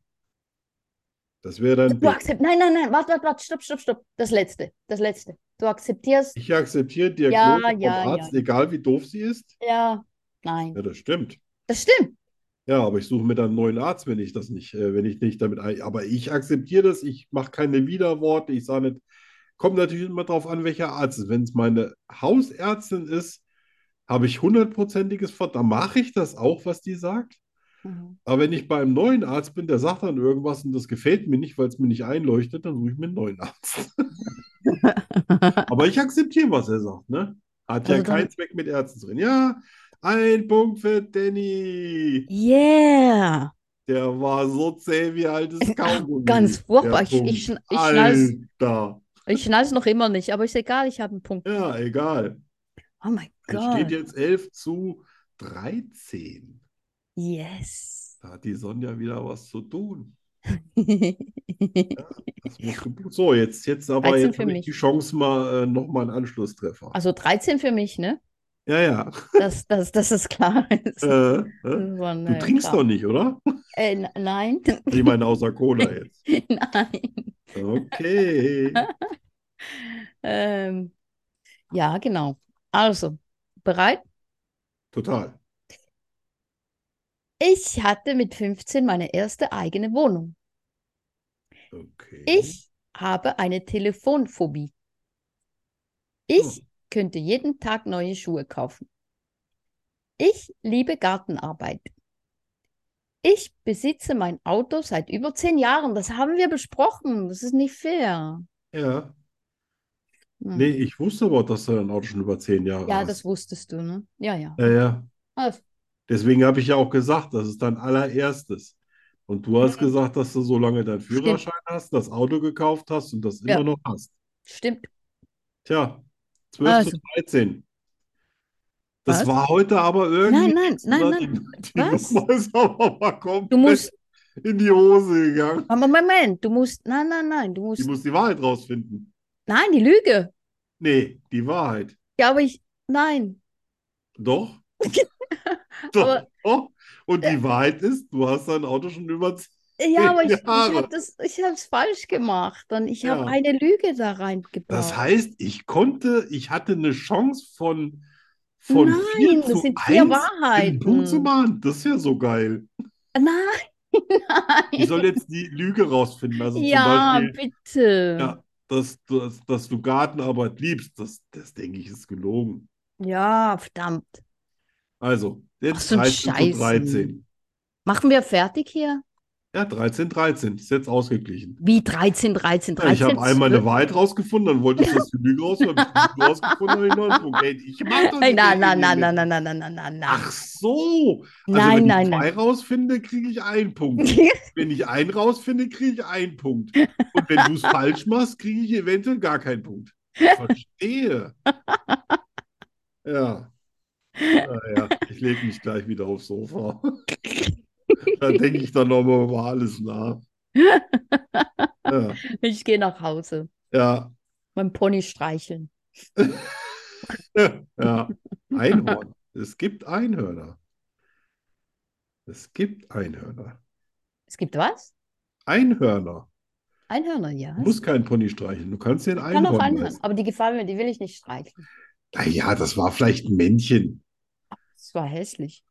A: Das wäre dann
B: Du
A: B.
B: akzeptierst. Nein, nein, nein, warte, warte, warte, stopp, stopp, stopp. Das letzte, das letzte. Du akzeptierst.
A: Ich akzeptiere
B: Ja,
A: Diagnose vom
B: ja, ja.
A: Arzt, egal wie doof sie ist.
B: Ja, nein.
A: Ja, das stimmt.
B: Das stimmt.
A: Ja, aber ich suche mir dann einen neuen Arzt, wenn ich das nicht, äh, wenn ich nicht damit ein. Aber ich akzeptiere das, ich mache keine Widerworte, ich sage nicht, kommt natürlich immer drauf an, welcher Arzt es ist. Wenn es meine Hausärztin ist, habe ich hundertprozentiges Vertrauen. Mache ich das auch, was die sagt?
B: Mhm.
A: Aber wenn ich bei einem neuen Arzt bin, der sagt dann irgendwas und das gefällt mir nicht, weil es mir nicht einleuchtet, dann suche ich mir einen
B: [laughs]
A: neuen Arzt. Aber ich akzeptiere, was er sagt, ne? Hat
B: Also
A: ja
B: dann-
A: keinen Zweck mit Ärzten zu reden. Ja, ein Punkt für Danny.
B: Yeah.
A: Der war so zäh wie altes Kaugummi.
B: Äh, Ganz
A: Der
B: furchtbar. Ich,
A: Punkt.
B: ich, schn- ich schnall's,
A: Alter.
B: ich schnall's noch immer nicht, aber ist egal, ich habe einen Punkt.
A: Ja, egal.
B: Oh mein
A: Es steht
B: Gott.
A: jetzt 11 zu 13.
B: Yes. [laughs]
A: Da hat die Sonja wieder was zu tun.
B: Also
A: Das muss gebucht. So, jetzt, jetzt aber
B: 13
A: jetzt
B: für
A: habe ich
B: mich. Also
A: die Chance mal äh, nochmal einen Anschlusstreffer.
B: 13 für mich, ne? [laughs]
A: Ja, ja.
B: Dass, dass, dass es klar ist.
A: Äh, äh? Du
B: Das war, ne,
A: trinkst
B: klar.
A: doch nicht, oder?
B: Äh, n- nein. [laughs]
A: Ich meine, außer Cola jetzt.
B: Nein.
A: Okay.
B: Ähm, ja, genau. Also, bereit?
A: Total.
B: Ich hatte mit 15 meine erste eigene Wohnung.
A: Mhm. Okay.
B: Ich habe eine Telefonphobie. Ich
A: Hm.
B: könnte jeden Tag neue Schuhe kaufen. Ich liebe Gartenarbeit. Ich besitze mein Auto seit über zehn Jahren. Das haben wir besprochen. Das ist nicht fair.
A: Ja.
B: Hm.
A: Nee, ich wusste aber, dass du dein Auto schon über zehn Jahre
B: Ja,
A: hast.
B: das wusstest du, ne? Ja, ja.
A: Ja, ja.
B: Also,
A: Deswegen habe ich ja auch gesagt, das ist dein allererstes. Und
B: Mhm.
A: du hast gesagt, dass du so lange deinen Führerschein hast, das Auto gekauft hast und das immer
B: Ja.
A: noch hast.
B: Stimmt.
A: Tja, 12 zu
B: Also.
A: 13. Das
B: Was?
A: war heute aber irgendwie.
B: Nein, nein, nein, nein.
A: Die [laughs]
B: Was?
A: Nummer ist aber mal
B: Du
A: komplett
B: musst,
A: in die Hose gegangen.
B: aber Moment, du musst, nein, nein, nein, du
A: Die
B: musst,
A: muss die Wahrheit rausfinden.
B: nein, die Lüge.
A: Nee, die Wahrheit.
B: Ja, aber ich, nein. [laughs]
A: Doch. Doch.
B: Aber-
A: Doch. Und die Wahrheit ist, du hast dein Auto schon über
B: Ja, aber ich, ich
A: Jahre.
B: habe das, ich habe es falsch gemacht und ich habe
A: Ja.
B: eine Lüge da reingebaut.
A: Das heißt, ich konnte, ich hatte eine Chance von, von
B: Nein,
A: 4
B: das
A: zu
B: sind
A: 1
B: vier
A: den Punkt zu
B: Wahrheiten.
A: machen. Das ist ja so geil.
B: Nein,
A: Ich
B: nein.
A: soll jetzt die Lüge rausfinden. Also zum
B: Ja,
A: Beispiel,
B: bitte.
A: ja, dass, dass, dass du Gartenarbeit liebst, das, das denke ich, ist gelogen.
B: Ja, verdammt.
A: Also,
B: Ach,
A: jetzt
B: so ein
A: 13 zu
B: Scheißen.
A: 13.
B: Machen wir fertig hier?
A: Ja, 13, 13. Ist jetzt ausgeglichen.
B: Wie 13, 13,
A: Ja, ich
B: 13?
A: habe einmal eine Wahrheit rausgefunden, dann wolltest du das die Lüge rausfinden, hab ich die Lüge rausgefunden, hab ich noch einen Punkt. Ey, ich mach
B: [laughs]
A: doch
B: Nein, nein,
A: nicht
B: nein,
A: den- den-
B: nein, nein, nein,
A: den-
B: nein, nein, nein, nein, nein.
A: Ach so. Also
B: Nein,
A: wenn ich
B: nein,
A: zwei rausfinde, kriege ich
B: [laughs]
A: einen Punkt. Wenn ich einen rausfinde, kriege ich einen Punkt. Und wenn
B: [laughs]
A: du es falsch machst, kriege ich eventuell gar keinen Punkt. Verstehe. Ja. Naja, ich lege mich gleich wieder
B: [laughs]
A: aufs Sofa. Da denke ich dann nochmal über alles nach. Ja.
B: Ich gehe nach Hause.
A: Ja. [laughs]
B: Mein Pony streicheln.
A: Ja. Einhorn. Es gibt Einhörner. Es gibt Einhörner.
B: Es gibt was?
A: Einhörner.
B: Einhörner, ja.
A: Du musst keinen Pony streicheln, du kannst dir ein
B: Ich kann auch
A: Einhorn
B: Einhörner,
A: leisten.
B: aber die gefallen mir, die will ich nicht streicheln.
A: Naja, das war vielleicht ein Männchen.
B: Das war hässlich.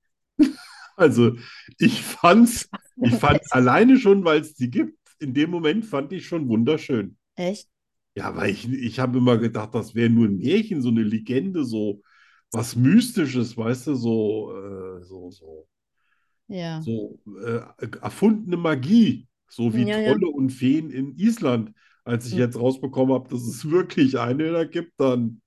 A: Also ich fand's, ich
B: [laughs]
A: fand's alleine schon, weil es die gibt. In dem Moment fand ich schon wunderschön.
B: Echt?
A: Ja, weil ich, ich habe immer gedacht, das wäre nur ein Märchen, so eine Legende, so was Mystisches, weißt du, so, äh, so, so,
B: Ja.
A: so äh, erfundene Magie, so wie
B: Ja, ja.
A: Trolle und Feen in Island. Als ich
B: Hm.
A: jetzt rausbekommen habe, dass es wirklich eine da gibt, dann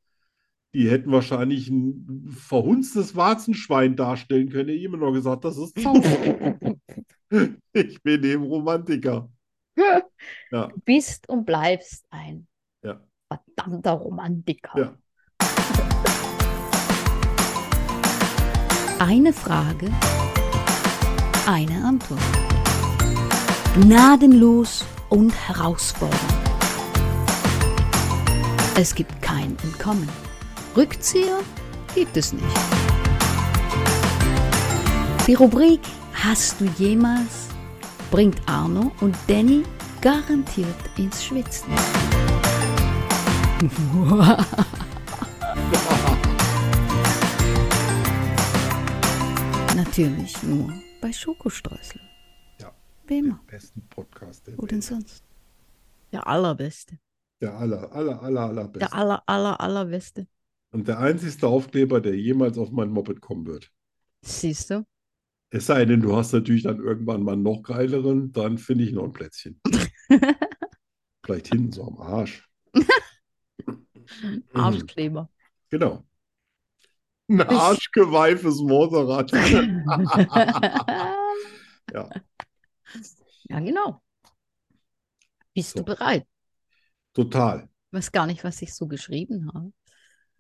A: die hätten wahrscheinlich ein verhunztes Warzenschwein darstellen können. Ich immer noch gesagt, das ist
B: [laughs]
A: Zauber. Ich bin eben Romantiker.
B: Du
A: Ja,
B: bist und bleibst ein
A: ja,
B: verdammter Romantiker.
A: ja.
C: Eine Frage, eine Antwort. Gnadenlos und herausfordernd. Es gibt kein Entkommen. Rückzieher gibt es nicht. Die Rubrik Hast du jemals bringt Arno und Danny garantiert ins Schwitzen. [laughs] Natürlich nur bei Schokostreusel.
A: Ja.
C: Wie immer.
A: Den besten Podcast der
C: Wo
A: Welt.
C: denn sonst?
B: Der allerbeste.
A: Der aller, aller, aller, allerbeste.
B: Der aller, aller, allerbeste.
A: Und der einzigste Aufkleber, der jemals auf mein Moped kommen wird.
B: Siehst du?
A: Es sei denn, du hast natürlich dann irgendwann mal einen noch geileren, dann finde ich noch
B: [laughs]
A: ein Plätzchen. Vielleicht hinten so am Arsch. Mhm.
B: Arschkleber. [laughs]
A: Genau. Ein arschgeweifes
B: [laughs]
A: Motorrad.
B: ja,
A: [laughs] Ja.
B: genau. Bist
A: So.
B: du bereit?
A: Total.
B: weiß gar nicht, was ich so geschrieben habe.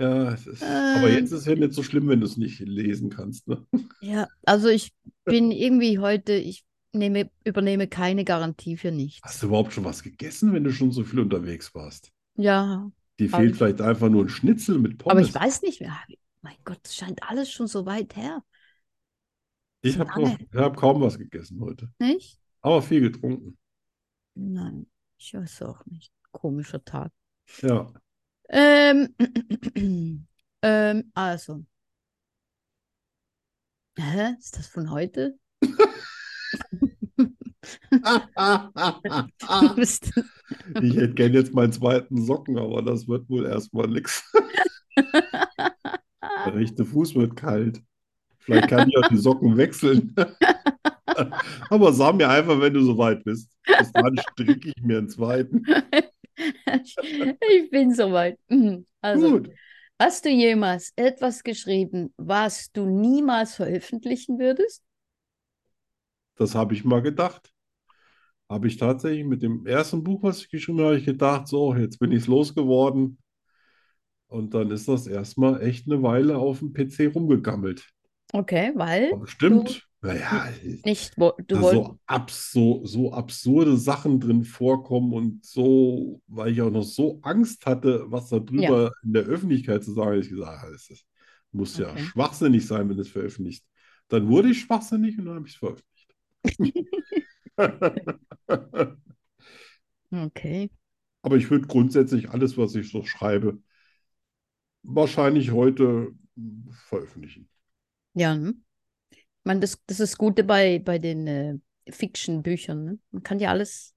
A: Ja, es ist, aber
B: Ähm.
A: jetzt ist ja nicht so schlimm, wenn du es nicht lesen kannst. Ne?
B: Ja, also ich bin irgendwie heute, ich nehme, übernehme keine Garantie für nichts.
A: Hast du überhaupt schon was gegessen, wenn du schon so viel unterwegs warst?
B: Ja,
A: Dir
B: Hab
A: fehlt
B: ich.
A: vielleicht einfach nur ein Schnitzel mit
B: aber ich
A: Pommes.
B: weiß nicht mehr. Ah, Mein Gott, es scheint alles schon so weit her,
A: Ich habe
B: Lange.
A: hab kaum was gegessen heute,
B: nicht?
A: aber viel getrunken.
B: Nein, ich weiß auch nicht. Komischer Tag. [laughs]
A: Ja, [laughs]
B: Ähm, [clears throat] ähm, also. Hä? Ist das von [laughs] heute?
A: ich
B: Was ist das?
A: hätte gern jetzt meinen zweiten Socken, aber das wird wohl erstmal nix. Der rechte Fuß wird kalt. Vielleicht kann ich auch die Socken wechseln. Aber sag mir einfach, wenn du soweit bist. Bis dann stricke ich mir einen zweiten.
B: Ich [laughs] ich bin soweit. Also,
A: Gut.
B: Hast du jemals etwas geschrieben, was du niemals veröffentlichen würdest?
A: Das habe ich mal gedacht. habe ich tatsächlich mit dem ersten Buch, was ich geschrieben habe, habe ich gedacht, so, jetzt bin ich es losgeworden. Und dann ist das erstmal echt eine Weile auf dem PC rumgegammelt.
B: Okay, weil
A: Aber stimmt, naja,
B: nicht, wo- du
A: da
B: wolltest.
A: so, abs so, so absurde Sachen drin vorkommen und so, weil ich auch noch so Angst hatte, was darüber in der Öffentlichkeit zu sagen, hab ich gesagt, ah, das ist, muss ja
B: Okay.
A: schwachsinnig sein, wenn es veröffentlicht. Dann wurde ich schwachsinnig und dann habe ich es
B: [laughs]
A: veröffentlicht.
B: Okay.
A: Aber ich würde grundsätzlich alles, was ich so schreibe, wahrscheinlich heute mh, veröffentlichen.
B: Ja, ne? Ich meine, das, das ist das Gute bei, bei den äh, Fiction-Büchern. Ne? Man kann ja alles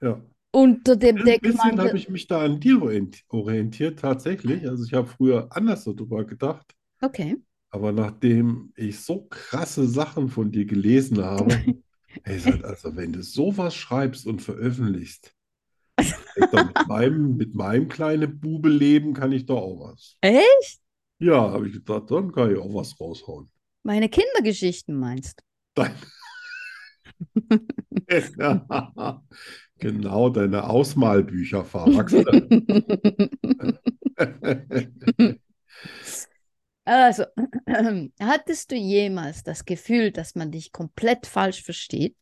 A: Ja.
B: unter dem
A: Ein bisschen
B: Deckmantel.
A: habe ich mich da an dir orient- orientiert, tatsächlich. Also ich habe früher anders darüber gedacht,
B: Okay.
A: aber nachdem ich so krasse Sachen von dir gelesen habe, ey, ich sag, also wenn du sowas schreibst und veröffentlichst, ey, dann mit meinem, mit meinem kleinen Bube-Leben kann ich da auch was.
B: Echt?
A: Ja, habe ich gedacht, dann kann ich auch was raushauen.
B: Meine Kindergeschichten meinst
A: Dein [laughs] Genau, deine Ausmalbücher für Erwachsene.
B: [laughs] du? Also, [clears throat] hattest du jemals das Gefühl, dass man dich komplett falsch versteht?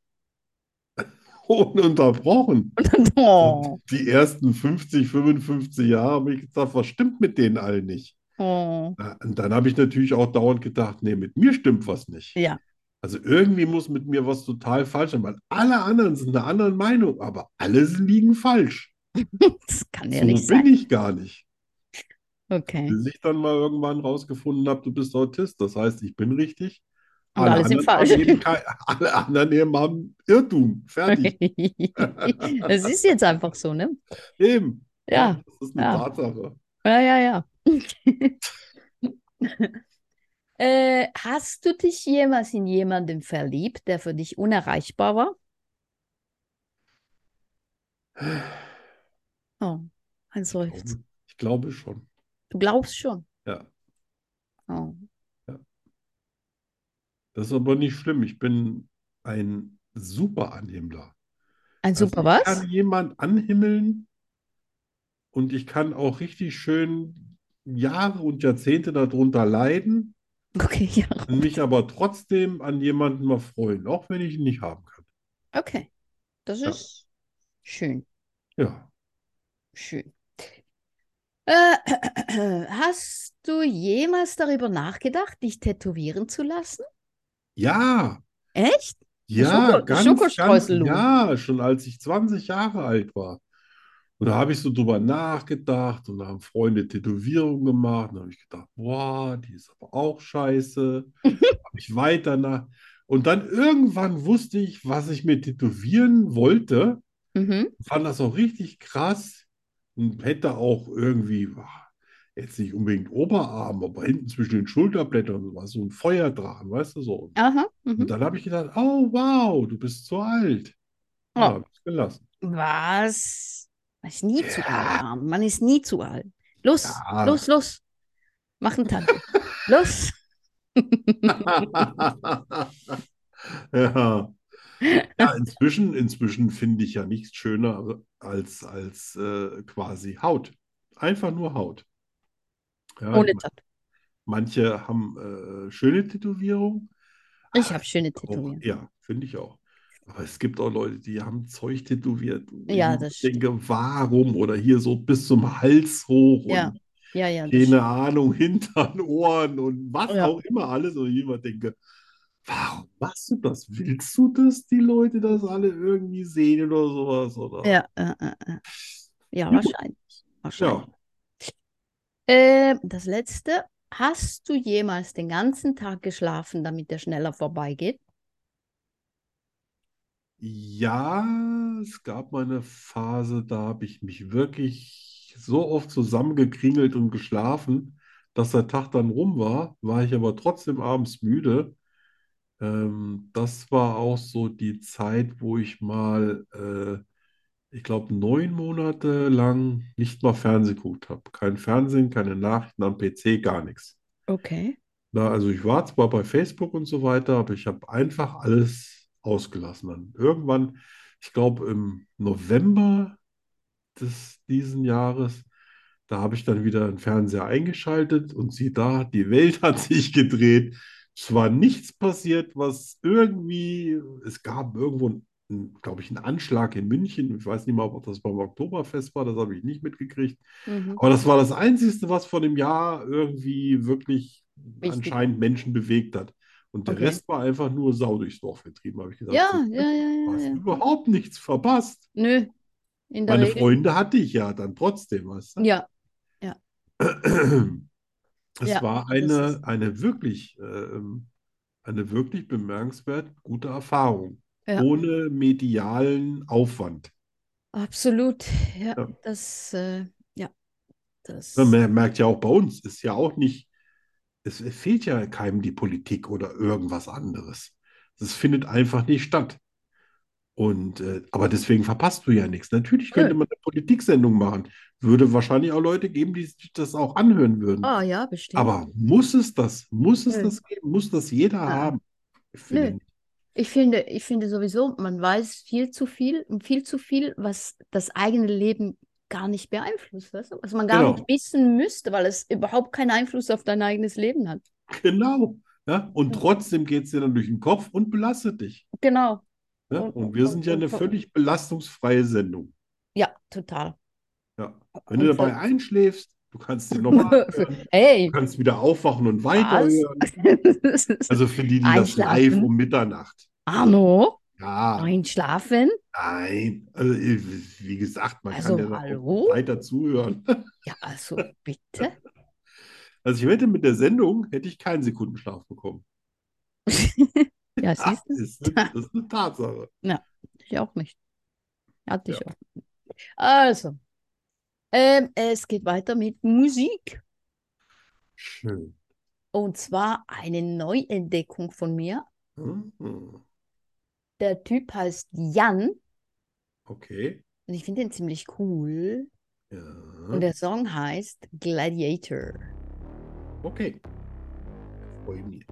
A: Ununterbrochen.
B: Oh,
A: Die ersten 50, 55 Jahre habe ich gedacht, was stimmt mit denen allen nicht?
B: oh.
A: Na, Und dann habe ich natürlich auch dauernd gedacht, nee, mit mir stimmt was nicht.
B: Ja.
A: Also irgendwie muss mit mir was total falsch sein, weil alle anderen sind einer anderen Meinung, aber alle liegen falsch.
B: Das kann
A: So
B: ja nicht
A: bin
B: sein.
A: ich gar nicht.
B: Okay.
A: Bis ich dann mal irgendwann rausgefunden habe, du bist Autist, das heißt, ich bin richtig.
B: Und alle sind
A: anderen
B: falsch.
A: haben eben kein, [laughs] alle anderen eben haben Irrtum.
B: [laughs]
A: Fertig. [laughs]
B: Das ist jetzt einfach so, ne?
A: Eben.
B: Ja,
A: Das ist eine
B: ja.
A: Tatsache.
B: ja, ja, ja. [laughs] Äh, hast du dich jemals in jemanden verliebt, der für dich unerreichbar war? Oh, ein Seufzer.
A: Ich glaube schon.
B: Du glaubst schon.
A: Ja.
B: Oh.
A: Das ist aber nicht schlimm. Ich bin ein super Anhimmler.
B: Ein
A: Also
B: super
A: ich
B: was?
A: kann jemand anhimmeln und ich kann auch richtig schön Jahre und Jahrzehnte darunter leiden
B: [laughs] Okay, ja.
A: und mich aber trotzdem an jemanden mal freuen, auch wenn ich ihn nicht haben kann.
B: Okay. Das
A: Ja.
B: ist schön,
A: Ja.
B: schön. Äh, [clears throat] hast du jemals darüber nachgedacht, dich tätowieren zu lassen?
A: Ja.
B: Echt?
A: Ja,
B: Schoko-
A: ganz, ganz,
B: Schokostreusel, Lou.
A: ja, schon als ich 20 Jahre alt war. Und da habe ich so drüber nachgedacht und da haben Freunde Tätowierungen gemacht. Und da habe ich gedacht, boah, die ist aber
B: [laughs]
A: auch scheiße. Habe ich weiter nach. Und dann irgendwann wusste ich, was ich mir tätowieren wollte.
B: Mhm.
A: Fand das auch richtig krass und hätte auch irgendwie, boah, jetzt nicht unbedingt Oberarm, aber hinten zwischen den Schulterblättern so was, so ein Feuerdrachen, weißt du, so.
B: Aha.
A: Und
B: Mhm.
A: dann habe ich gedacht, oh wow, du bist so alt. Ja,
B: Oh.
A: habe ich gelassen.
B: Was? Man ist nie zu
A: Ja.
B: alt, Arm. Man ist nie zu alt. Los,
A: Ja.
B: los, los. Mach ein Tattoo. Los.
A: [laughs] Ja. Ja, inzwischen, inzwischen finde ich ja nichts schöner als, als äh, quasi Haut. Einfach nur Haut. Ja,
B: Ohne
A: ich mein,
B: Tattoo.
A: manche haben äh, schöne Tätowierungen.
B: Ich habe schöne
A: Auch,
B: Tätowierungen.
A: ja, finde ich auch. Aber es gibt auch Leute, die haben Zeug tätowiert. wo ich
B: Ja,
A: mir
B: das stimmt.
A: denke, warum? Oder hier so bis zum Hals hoch
B: Ja.
A: und
B: Ja, ja, das
A: keine Ahnung, [laughs] Hintern, Ohren und was
B: Ja.
A: auch immer alles. Und ich immer denke, warum machst du das? Willst du das, die Leute das alle irgendwie sehen oder sowas? Oder?
B: Ja, äh, äh, äh. ja,
A: Gut.
B: wahrscheinlich. Wahrscheinlich.
A: Ja.
B: Ähm, das letzte. Hast du jemals den ganzen Tag geschlafen, damit der schneller vorbeigeht?
A: Ja, es gab mal eine Phase, da habe ich mich wirklich so oft zusammengekringelt und geschlafen, dass der Tag dann rum war, war ich aber trotzdem abends müde. Ähm, das war auch so die Zeit, wo ich mal, äh, ich glaube, neun Monate lang nicht mal Fernsehen geguckt habe. Kein Fernsehen, keine Nachrichten am PC, gar nichts.
B: Okay.
A: Na, also ich war zwar bei Facebook und so weiter, aber ich habe einfach alles ausgelassen. Dann irgendwann ich glaube, im November des diesen Jahres, da habe ich dann wieder den Fernseher eingeschaltet und sieh da, die Welt hat sich gedreht. Es war nichts passiert, was irgendwie, es gab irgendwo, glaube ich, einen Anschlag in München. Ich weiß nicht mal, ob das beim Oktoberfest war, das habe ich nicht mitgekriegt.
B: Mhm.
A: Aber das war das Einzige, was vor dem Jahr irgendwie wirklich
B: Wichtig.
A: anscheinend Menschen bewegt hat. Und der
B: Okay.
A: Rest war einfach nur Sau durchs Dorf getrieben, habe ich gesagt.
B: Ja,
A: siehst du,
B: ja, ja,
A: Du
B: ja,
A: hast
B: ja.
A: überhaupt nichts verpasst.
B: Nö, in der
A: Meine
B: Regel.
A: Freunde hatte ich ja dann trotzdem, weißt du?
B: Ja,
A: [clears throat] Es
B: Ja,
A: war
B: das
A: eine,
B: ist-
A: eine wirklich, ähm, eine wirklich bemerkenswert gute Erfahrung.
B: Ja.
A: Ohne medialen Aufwand.
B: absolut. Ja,
A: Ja.
B: das, äh, ja, das.
A: Man mer- merkt ja auch bei uns, ist ja auch nicht, es fehlt ja keinem die Politik oder irgendwas anderes. Es findet einfach nicht statt. Und, äh, aber deswegen verpasst du ja nichts. Natürlich könnte
B: Nö.
A: man eine Politiksendung machen. Würde wahrscheinlich auch Leute geben, die sich das auch anhören würden.
B: Ah, ja, bestimmt.
A: Aber muss es das? Muss es
B: Nö.
A: das geben? Muss das jeder haben? Ich finde
B: Nö.
A: nicht.
B: Ich finde, ich finde sowieso, man weiß viel zu viel und viel zu viel, was das eigene Leben gar nicht beeinflusst, weißt du? Was man gar
A: Genau.
B: nicht wissen müsste, weil es überhaupt keinen Einfluss auf dein eigenes Leben hat.
A: Genau. Ja? Und trotzdem geht es dir dann durch den Kopf und belastet dich.
B: Genau.
A: Ja?
B: Und-
A: Und wir sind ja
B: und-
A: eine
B: und-
A: völlig belastungsfreie Sendung.
B: Ja, total.
A: Ja. Wenn du
B: Und
A: dabei einschläfst, du kannst
B: [laughs]
A: dir nochmal anhören, du
B: Hey,
A: kannst wieder aufwachen und
B: was?
A: weiterhören. Also für die, die das
B: Einschlafen.
A: live um Mitternacht.
B: [laughs] Arno,
A: Ja,
B: einschlafen?
A: nein. Also, wie gesagt, man
B: Also,
A: kann ja dann auch
B: hallo?
A: weiter zuhören.
B: Ja, also bitte.
A: Also ich wette, mit der Sendung hätte ich keinen Sekundenschlaf bekommen.
B: Ja,
A: Das
B: siehst du,
A: ist, eine- das ist eine Tatsache.
B: ich auch nicht. Hatte ich
A: Ja.
B: auch. Also, ähm, es geht weiter mit Musik.
A: Schön.
B: Und zwar eine Neuentdeckung von mir.
A: Mhm.
B: Der Typ heißt Jan
A: Okay.
B: und ich finde ihn ziemlich cool. Und
A: Ja.
B: der Song heißt Gladiator.
A: Okay. Freue mich.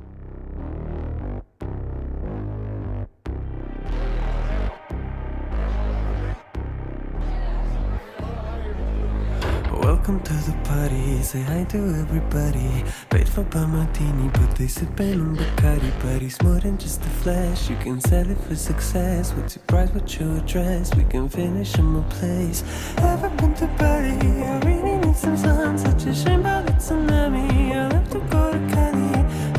D: Welcome to the party, say hi to everybody. Paid for by Martini, but they sip on Bacardi. But it's more than just a flash, you can sell it for success. What's your price, what's your address? We can finish in my place. Haven't been to Bali, I really need some sun. Such a shame about the tsunami, I'll have to go to Cali.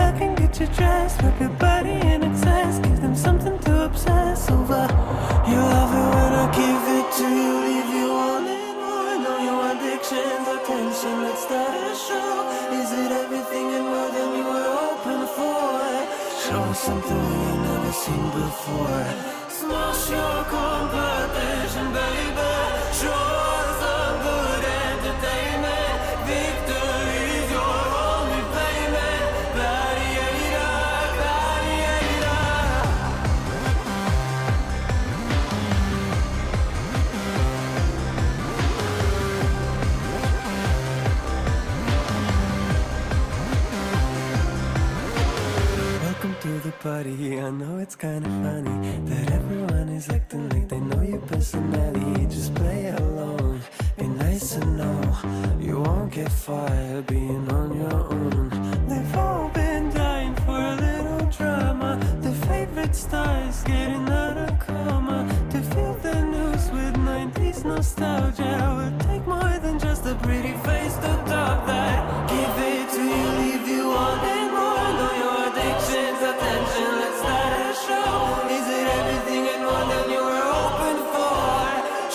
D: I can get you dressed, whip your body in excess. Give them something to obsess over. You love it when I give it to you, leave you on it. All all your addictions, attention, let's start a show. Is it everything and more than you were hoping for? Show me something we ain't never seen before. Smash your competition, baby. Show us some good entertainment. Victory is your only payment. Gladiator, gladiator. Welcome to the party. I know it's kinda funny that everyone is acting like they know your personality. Just play along, be nice and know you won't get fired being on your own. They've all been dying for a little drama. Their favorite stars getting out of coma to feel the news with 90s nostalgia. Will take more than just a pretty face to top that. Give it to you, leave you wanting more. Know your addictions, attention, let's start a show. Is it everything and more than you were hoping for?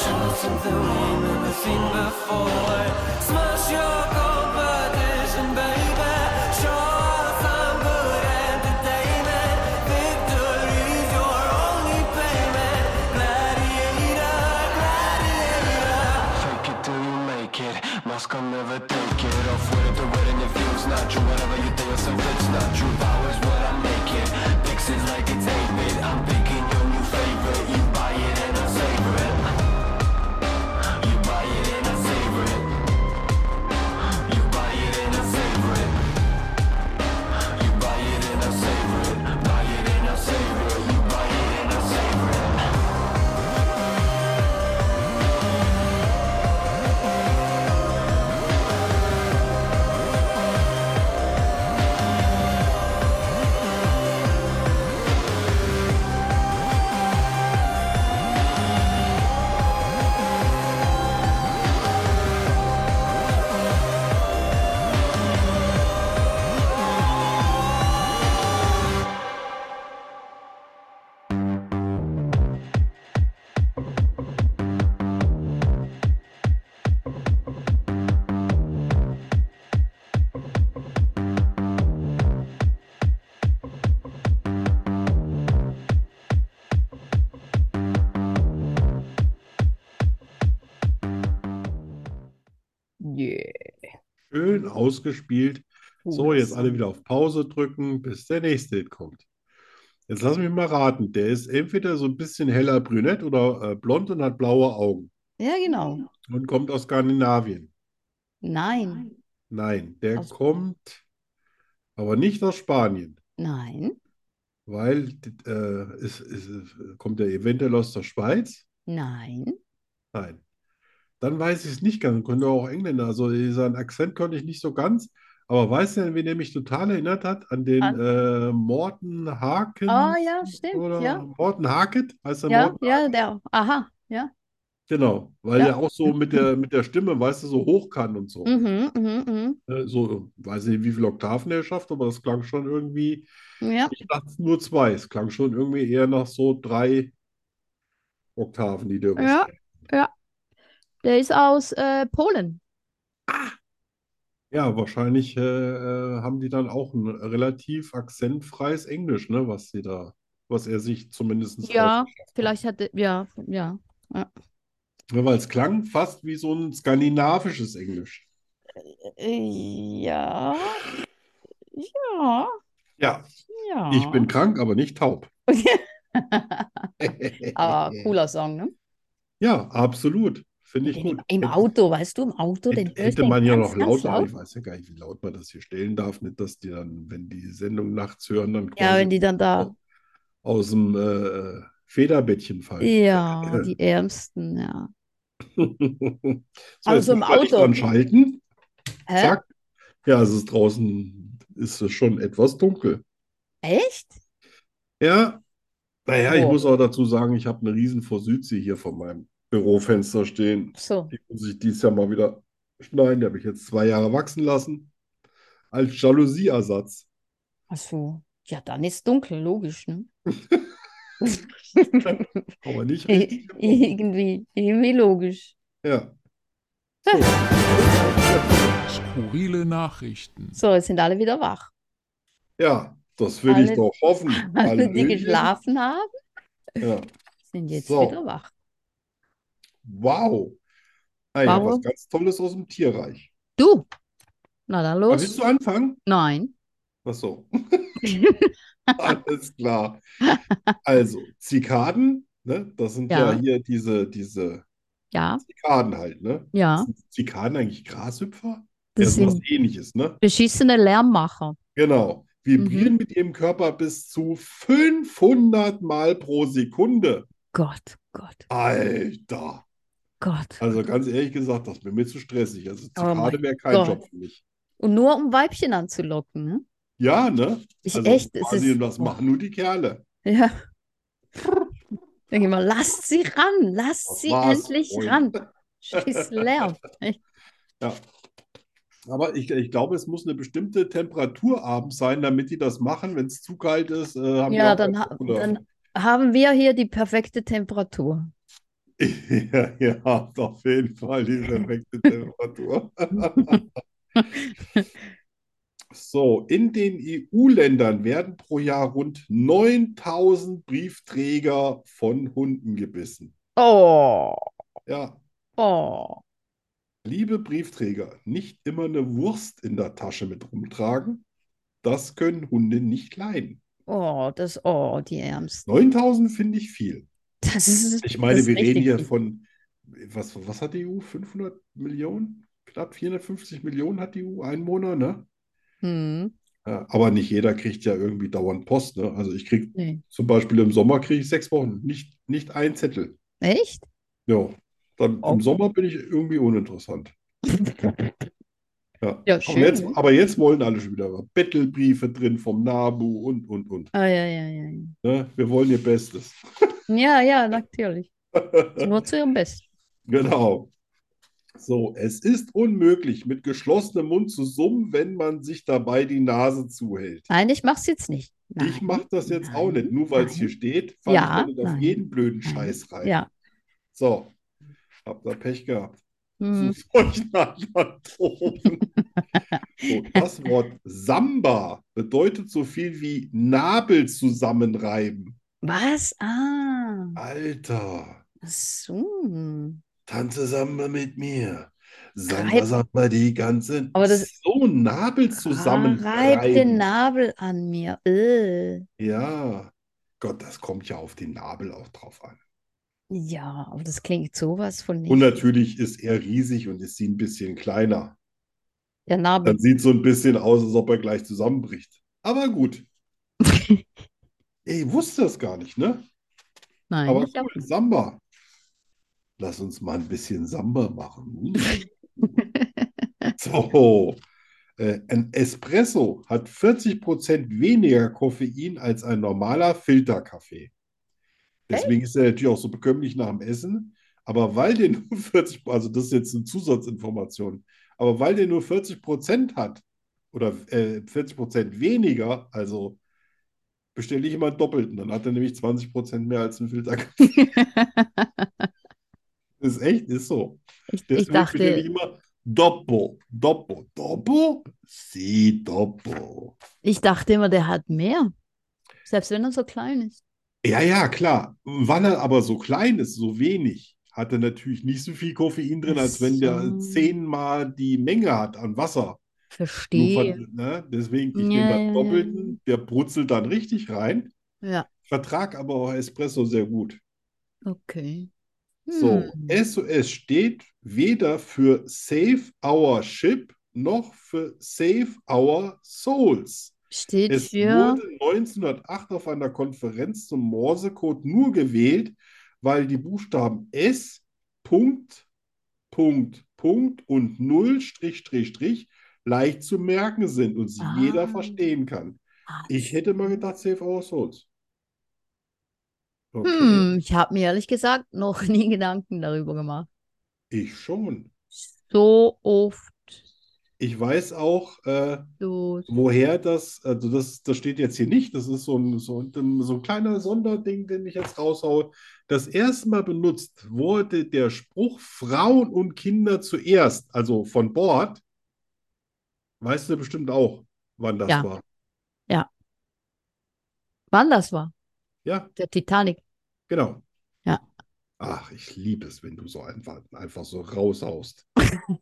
D: Show us something we ain't never seen before. Smash your competition, baby. Show us some good entertainment. Victory's your only payment. Gladiator, gladiator. Fake it till you make it. Moscow never take it. Off with the word and it feels not true. Whatever you think yourself, it's not true. Powers what I make it. Fixes like it's 8 I'm picking your new favorite. You buy it and I savor it. You buy it and I savor it. You buy it and I savor it. You buy it and I savor it. Buy it and I savor it. You buy it and I savor it.
A: Schön ausgespielt. So, jetzt alle wieder auf Pause drücken, bis der nächste Hit kommt. Jetzt lass mich mal raten. Der ist entweder so ein bisschen heller brünett oder äh, blond und hat blaue Augen
B: Ja, genau.
A: und kommt aus Skandinavien.
B: Nein,
A: Nein, der
B: Aus-
A: kommt aber nicht aus Spanien,
B: nein,
A: weil äh, es, es, kommt der eventuell aus der Schweiz?
B: nein.
A: Nein. Dann weiß ich es nicht ganz. Könnte auch Engländer. Also seinen Akzent konnte ich nicht so ganz. Aber weißt du, an wen er mich total erinnert hat? An den
B: An-
A: äh, Morten Harken
B: Ah, ja, stimmt,
A: Mhm. oder
B: ja.
A: Morten Harket? Heißt der
B: Ja,
A: Morten?
B: ja, der, aha, ja.
A: Genau, weil
B: Ja.
A: der
B: [laughs]
A: auch so mit der, mit der Stimme, weißt du, so hoch kann und so.
B: Mhm, mhm,
A: Äh, so, weiß nicht, wie viele Oktaven er schafft, aber das klang schon irgendwie,
B: mhm. Ja,
A: ich dachte es nur zwei. Es klang schon irgendwie eher nach so drei Oktaven, die der
B: ja,
A: übersteigt.
B: ja. Der ist aus äh, Polen.
A: Ja, wahrscheinlich äh, äh, haben die dann auch ein relativ akzentfreies Englisch, ne, was sie da, was er sich zumindest
B: Ja,
A: rausgeschafft hat.
B: vielleicht hat er, ja, ja.
A: Ja, weil es ne, klang fast wie so ein skandinavisches Englisch.
B: Ja, ja,
A: Ja,
B: ja.
A: ich bin krank, aber nicht taub.
B: Aber cooler Song, ne?
A: Ja, absolut. Finde ich
B: Den
A: gut.
B: Im, im
A: Hätte-
B: Auto, weißt du, im Auto, den
A: Hätte,
B: höre ich
A: hätte
B: den
A: man ja
B: ganz,
A: noch
B: ganz
A: lauter, aber
B: laut.
A: ich weiß ja gar nicht, wie laut man das hier stellen darf. Nicht, dass die dann, wenn die Sendung nachts hören, dann
B: Ja,
A: quasi
B: wenn die dann da,
A: aus dem äh, Federbettchen
B: Äh,
A: [laughs] fallen.
B: ja, die Ärmsten, ja.
A: So,
B: Also
A: jetzt
B: im
A: muss man nicht
B: Auto.
A: anschalten.
B: Hä?
A: Zack. Ja, also es ist draußen, ist es schon etwas dunkel.
B: Echt?
A: Ja, naja, ich
B: Oh.
A: muss auch dazu sagen, ich habe eine riesen Forsythie hier vor meinem Bürofenster stehen.
B: So,
A: Die muss ich dieses Jahr mal wieder schneiden. Die habe ich jetzt zwei Jahre wachsen lassen. Als Jalousieersatz.
B: ach so. Ja, dann ist dunkel, logisch, ne?
A: Aber nicht richtig. gebrochen.
B: Irgendwie, irgendwie logisch.
A: Ja.
E: Skurrile Nachrichten.
B: So, jetzt sind alle wieder wach.
A: Ja, das will ich
B: Alle-
A: doch
B: [laughs]
A: hoffen.
B: Alle, die
A: Hallöchen.
B: geschlafen haben,
A: Ja.
B: sind jetzt
A: So.
B: wieder wach.
A: Wow. Ah ja,
B: Wow.
A: was ganz Tolles aus dem Tierreich.
B: Du, na dann
A: Ah,
B: los.
A: Willst du anfangen?
B: Nein. [laughs]
A: Ach so. Alles klar. Also, Zikaden, ne? Das sind ja,
B: Ja.
A: hier diese, diese
B: Ja,
A: Zikaden halt, ne?
B: ja.
A: Sind Zikaden eigentlich Grashüpfer?
B: Das
A: ja, sowas
B: sind
A: ähnliches, ne?
B: beschissene Lärmmacher.
A: Genau.
B: Mhm.
A: Vibrieren mit ihrem Körper bis zu 500 Mal pro Sekunde.
B: Gott, Gott,
A: Alter.
B: Gott.
A: Also ganz ehrlich gesagt, das wäre mir zu stressig. Also
B: Oh mein
A: Zikade wäre kein
B: Gott.
A: Job für mich.
B: Und nur um Weibchen anzulocken, ne?
A: Ja, ne?
B: Ich
A: Also
B: echt, es
A: quasi,
B: ist. Oh.
A: das machen nur die Kerle.
B: [laughs] Ja. Denk immer, lasst sie ran, lasst
A: Das
B: sie
A: war's,
B: endlich
A: Freund. [laughs]
B: ran. Scheiß Lärm.
A: Aber ich, ich glaube, es muss eine bestimmte Temperatur abends sein, damit die das machen. Wenn es zu kalt ist, äh, haben die
B: Ja,
A: auch
B: dann,
A: keinen
B: ha-
A: Bock mehr.
B: dann haben wir hier die perfekte Temperatur.
A: [laughs] Ja, ja, auf jeden Fall die
B: [laughs]
A: perfekte Temperatur. [laughs] So, in den EU-Ländern werden pro Jahr rund 9000 Briefträger von Hunden gebissen.
B: Oh,
A: Ja,
B: oh.
A: liebe Briefträger, nicht immer eine Wurst in der Tasche mit rumtragen. Das können Hunde nicht leiden.
B: Oh, das, oh, die Ärmsten. [laughs]
A: 9000 finde ich viel.
B: Das ist,
A: Ich meine,
B: das ist
A: wir reden
B: richtig
A: hier
B: viel.
A: von, was, was hat die EU? 500 Millionen? Knapp 450 Millionen hat die E EU Einwohner, ne?
B: Hm,
A: Ja, aber nicht jeder kriegt ja irgendwie dauernd Post, ne? Also ich kriege
B: nee.
A: zum Beispiel im Sommer kriege ich sechs Wochen, nicht, nicht ein Zettel.
B: Echt?
A: Ja, dann
B: Oh.
A: im Sommer bin ich
B: [laughs]
A: irgendwie uninteressant. Ja,
B: Ja,
A: aber
B: schön,
A: jetzt,
B: ne?
A: aber jetzt wollen alle schon wieder Bettelbriefe drin vom NABU und, und, und.
B: Ah, ja, ja, ja. ja.
A: Ne? Wir wollen ihr Bestes.
B: Ja, ja, natürlich.
A: Äh.
B: Nur zu ihrem Besten.
A: Genau. So, es ist unmöglich, mit geschlossenem Mund zu summen, wenn man sich dabei die Nase zuhält.
B: Nein, ich mach's jetzt nicht.
A: Ich
B: Nein,
A: mache das jetzt auch
B: nein,
A: nicht, nur weil es hier
B: nein.
A: steht, falle ich
B: Ja,
A: doch nicht auf
B: nein,
A: jeden blöden
B: nein.
A: Scheiß rein.
B: Ja.
A: So, hab da Pech gehabt. Zu
B: Hm.
A: solchen
B: [laughs]
A: Anatrophen. So, das Wort Samba bedeutet so viel wie Nabel zusammenreiben.
B: Was? Ah,
A: Alter,
B: ach so.
A: tanze Samba mit mir. Samba,
B: Reibt-
A: samba, die ganze
B: Aber das-
A: so Nabel
B: reibt Ah, den
A: zusammenreiben.
B: Nabel an mir. Äh.
A: Ja. Gott, das kommt ja auf den Nabel auch drauf an.
B: Ja, aber das klingt sowas von
A: Und äh,
B: nicht.
A: natürlich ist er riesig und ist sie ein bisschen kleiner.
B: Der Nabel.
A: Dann sieht so ein bisschen aus, als ob er gleich zusammenbricht. Aber gut.
B: [laughs]
A: Ey, Ich wusste das gar nicht, ne?
B: Nein,
A: Aber
B: ich glaub-
A: cool, Samba. Lass uns mal ein bisschen Samba machen. Hm?
B: [laughs]
A: So, äh, ein Espresso hat 40% weniger Koffein als ein normaler Filterkaffee. Deswegen ist er natürlich auch so bekömmlich nach dem Essen. Aber weil der nur [laughs] 40, also das ist jetzt eine Zusatzinformation, aber weil der nur 40% hat oder äh, 40% weniger, also bestelle ich immer einen doppelten, dann hat er nämlich 20% mehr als ein
B: [laughs]
A: Filterkaffee. Das ist echt, ist so.
B: ich, ich
A: Deswegen
B: dachte,
A: bestelle ich immer Doppel, Doppel, Doppel, Sie Doppel.
B: ich dachte immer, der hat mehr. Selbst wenn er so klein ist.
A: Ja, ja, klar. Weil er aber so klein ist, so wenig, hat er natürlich nicht so viel Koffein drin,
B: Ach
A: als wenn der
B: so.
A: zehnmal die Menge hat an Wasser. Nur
B: Verstehe.
A: von, ne? Deswegen, ich
B: Ja,
A: nehme
B: ja, ja,
A: dann Doppelten, der brutzelt dann richtig rein.
B: Ja,
A: Vertrag aber auch Espresso sehr gut.
B: okay.
A: So,
B: Hm.
A: SOS steht weder für Save Our Ship noch für Save Our Souls.
B: Steht
A: Es
B: für.
A: wurde 1908 auf einer Konferenz zum Morsecode nur gewählt, weil die Buchstaben S, Punkt, Punkt, Punkt und Null, Strich, Strich, Strich leicht zu merken sind und sie
B: Ah.
A: jeder verstehen kann. Ich hätte mal gedacht, Save Our Souls. Okay,
B: Hm, ich habe mir ehrlich gesagt noch [laughs] nie Gedanken darüber gemacht.
A: ich schon.
B: So oft.
A: Ich weiß auch, äh,
B: So.
A: woher das, also das, das steht jetzt hier nicht, das ist so ein, so ein, so ein kleiner Sonderding, den ich jetzt raushaue. Das erste Mal benutzt wurde der Spruch Frauen und Kinder zuerst, also von Bord. Weißt du bestimmt auch, wann das
B: Ja.
A: war.
B: Wann das war?
A: Ja,
B: Der Titanic. [laughs]
A: genau.
B: Ja.
A: Ach, ich liebe es, wenn du so einfach, einfach so raushaust.
B: [laughs]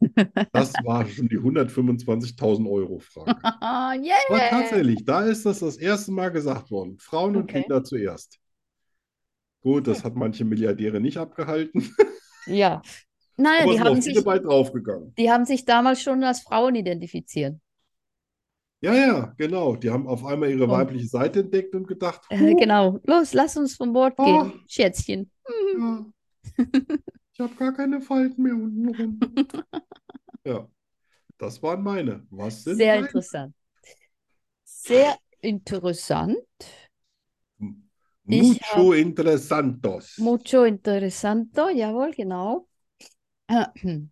A: Das war schon die 125.000 Euro Frage.
B: Ah,
A: Aber
B: yeah!
A: tatsächlich, da ist das das erste Mal gesagt worden. Frauen und
B: Okay. Hm.
A: Kinder zuerst. Gut, das hat manche Milliardäre nicht abgehalten,
B: Ja. Naja, die
A: aber es sind auch
B: haben,
A: viele
B: sich,
A: bei draufgegangen.
B: die haben sich damals schon als Frauen identifiziert.
A: Ja, ja, genau. Die haben auf einmal ihre
B: Oh.
A: weibliche Seite entdeckt und gedacht,
B: Äh,
A: huh,
B: genau. Los, lass uns von Bord
A: Oh.
B: gehen, Schätzchen. Hm.
A: ja. ich habe gar keine Falten mehr unten
B: [laughs]
A: rum. Ja, das waren meine. Was sind
B: Sehr
A: deine?
B: interessant. Sehr interessant. Ich
A: Mucho interessantos.
B: Mucho interessanto. Jawohl, genau. [clears throat]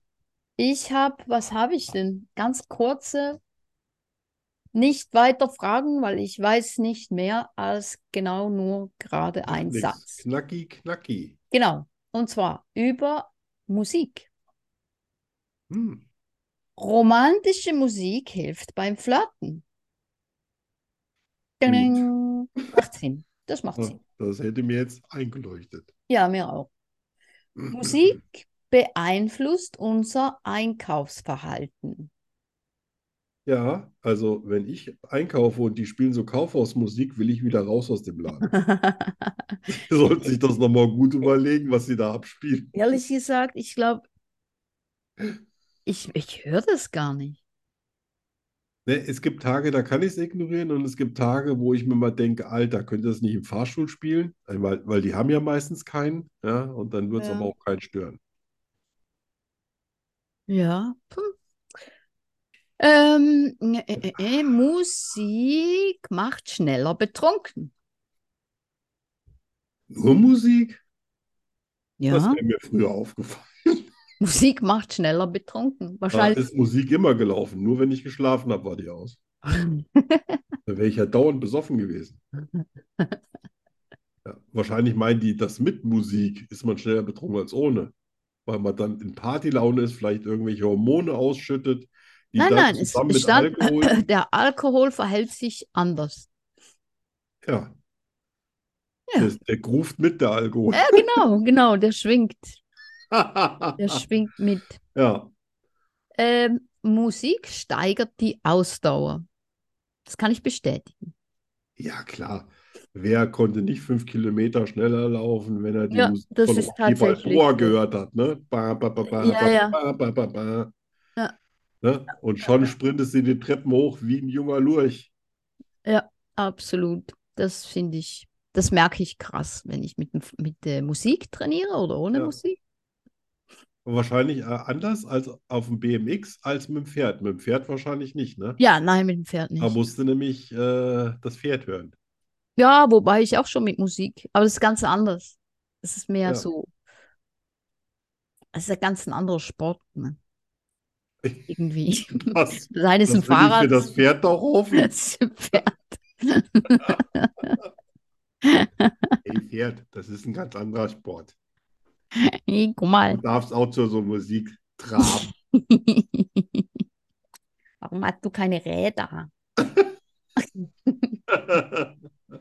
B: Ich habe, was habe ich denn? Ganz kurze, nicht weiter Fragen, weil ich weiß nicht mehr als genau nur gerade ein
A: Nix.
B: Satz.
A: Knacki, knacki.
B: Genau. Und zwar über Musik.
A: Hm.
B: Romantische Musik hilft beim Flirten. Ding. Macht Sinn. Das macht Sinn.
A: Das hätte mir jetzt eingeleuchtet.
B: Ja, mir auch. Musik beeinflusst unser Einkaufsverhalten.
A: Ja, also wenn ich einkaufe und die spielen so Kaufhausmusik, will ich wieder raus aus
B: [laughs]
A: dem Laden. Die sollten sich das nochmal gut überlegen, was sie da abspielen.
B: Ehrlich gesagt, ich glaube, ich, ich höre das gar nicht.
A: Ne, es gibt Tage, da kann ich es ignorieren und es gibt Tage, wo ich mir mal denke, Alter, könnt ihr das nicht im Fahrstuhl spielen? Äh, Weil, weil die haben ja meistens keinen, ja, und dann wird es
B: Ja.
A: aber auch keinen stören.
B: Ja. Hm. Ähm, äh, äh, äh, Musik macht schneller betrunken.
A: Nur Musik? Das
B: Ja.
A: wäre mir früher aufgefallen.
B: [laughs] Musik macht schneller betrunken.
A: Da
B: Wahrscheinlich.
A: ist Musik immer gelaufen, nur wenn ich geschlafen habe, war die aus. Da wäre ich ja dauernd besoffen gewesen.
B: [laughs]
A: Ja, wahrscheinlich meinen die, dass mit Musik ist man schneller betrunken als ohne. Weil man dann in Partylaune ist, vielleicht irgendwelche Hormone ausschüttet, die
B: Nein,
A: dann
B: nein, es
A: zusammen mit
B: stand- [laughs]
A: Alkohol.
B: Der Alkohol verhält sich anders.
A: Ja.
B: Ja.
A: Der, der gruft mit der Alkohol. [laughs]
B: Ja, genau, genau, Äh. der schwingt. Der
A: Ja.
B: schwingt mit. Ähm, Musik steigert die Ausdauer. Das kann ich bestätigen.
A: Ja, klar. Wer konnte nicht fünf Kilometer schneller laufen, wenn er die
B: Ja,
A: Musik
B: das
A: von
B: ist
A: Rocky
B: tatsächlich
A: Balboa
B: so.
A: gehört hat, ne? Ba, ba, ba, ba,
B: Ja,
A: ba,
B: ja.
A: ba, ba, ba, ba.
B: Ja.
A: Ne? Und schon sprintest du die Treppen hoch wie ein junger Lurch.
B: Absolut. Das finde ich, das merke ich krass, wenn ich mit, dem F- mit der Musik trainiere oder ohne
A: Ja.
B: Musik.
A: Und Wahrscheinlich äh, anders als auf dem BMX als mit dem Pferd. Mit dem Pferd wahrscheinlich nicht, ne?
B: Ja, nein, mit dem Pferd
A: Da
B: nicht.
A: musste nämlich äh, das Pferd hören.
B: Ja, wobei ich auch schon mit Musik, aber das ist ganz anders. Es ist mehr
A: Ja.
B: so, es ist ja ganz ein anderer Sport, ne?
A: [laughs]
B: Irgendwie.
A: Das,
B: Das eine
A: das
B: ist ein
A: will ich für
B: Fahrrad,
A: das Pferd doch
B: [laughs]
A: hoffen.
B: das ist ein Pferd.
A: Ey, Pferd, das ist ein ganz anderer Sport.
B: Hey, guck mal. [laughs]
A: Du darfst auch zu so Musik traben. [laughs]
B: Warum hast du keine Räder?
A: Ja.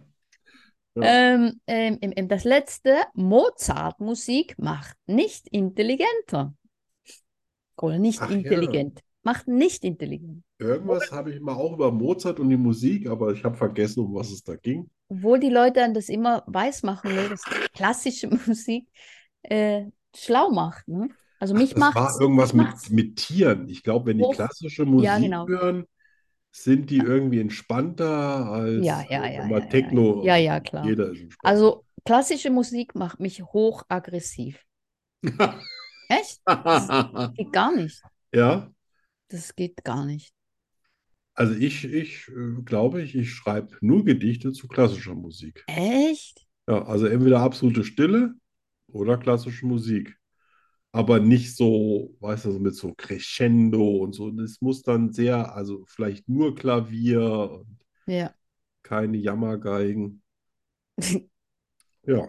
B: Ähm, ähm, ähm, ähm, das letzte, Mozart-Musik macht nicht intelligenter. Oder nicht
A: Ach ja.
B: intelligent. Macht nicht intelligent.
A: Irgendwas habe ich mal auch über Mozart und die Musik, aber ich habe vergessen, um was es da ging.
B: Obwohl die Leute einem das immer weismachen, ne, dass klassische [laughs] Musik äh, schlau macht. Ne? Also mich
A: das
B: macht
A: war irgendwas
B: macht's.
A: mit, mit Tieren. Ich glaube, wenn die
B: Oh.
A: klassische Musik
B: genau.
A: hören, sind die irgendwie entspannter als
B: Ja, ja,
A: äh,
B: ja,
A: sag mal,
B: ja, ja.
A: Techno.
B: Ja, ja, klar.
A: Jeder ist entspannter.
B: Also klassische Musik macht mich
A: [laughs]
B: hochaggressiv. Echt? Geht gar nicht.
A: ja,
B: Das geht gar nicht.
A: also ich, ich äh, glaube, ich, ich schreibe nur Gedichte zu klassischer Musik.
B: Echt?
A: Ja, also entweder absolute Stille oder klassische Musik. Aber nicht so, weißt du, so mit so Crescendo und so. Das muss dann sehr, also vielleicht nur Klavier und
B: Ja. [laughs]
A: keine Jammergeigen. Ja,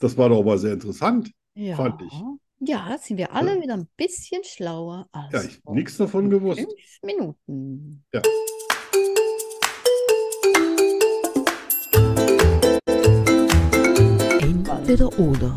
A: das war doch aber sehr interessant.
B: Ja.
A: Fand ich.
B: Ja, sind wir alle wieder ein bisschen schlauer als
A: Ja, ich
B: vor
A: habe nichts davon gewusst.
B: fünf Minuten.
C: Entweder oder.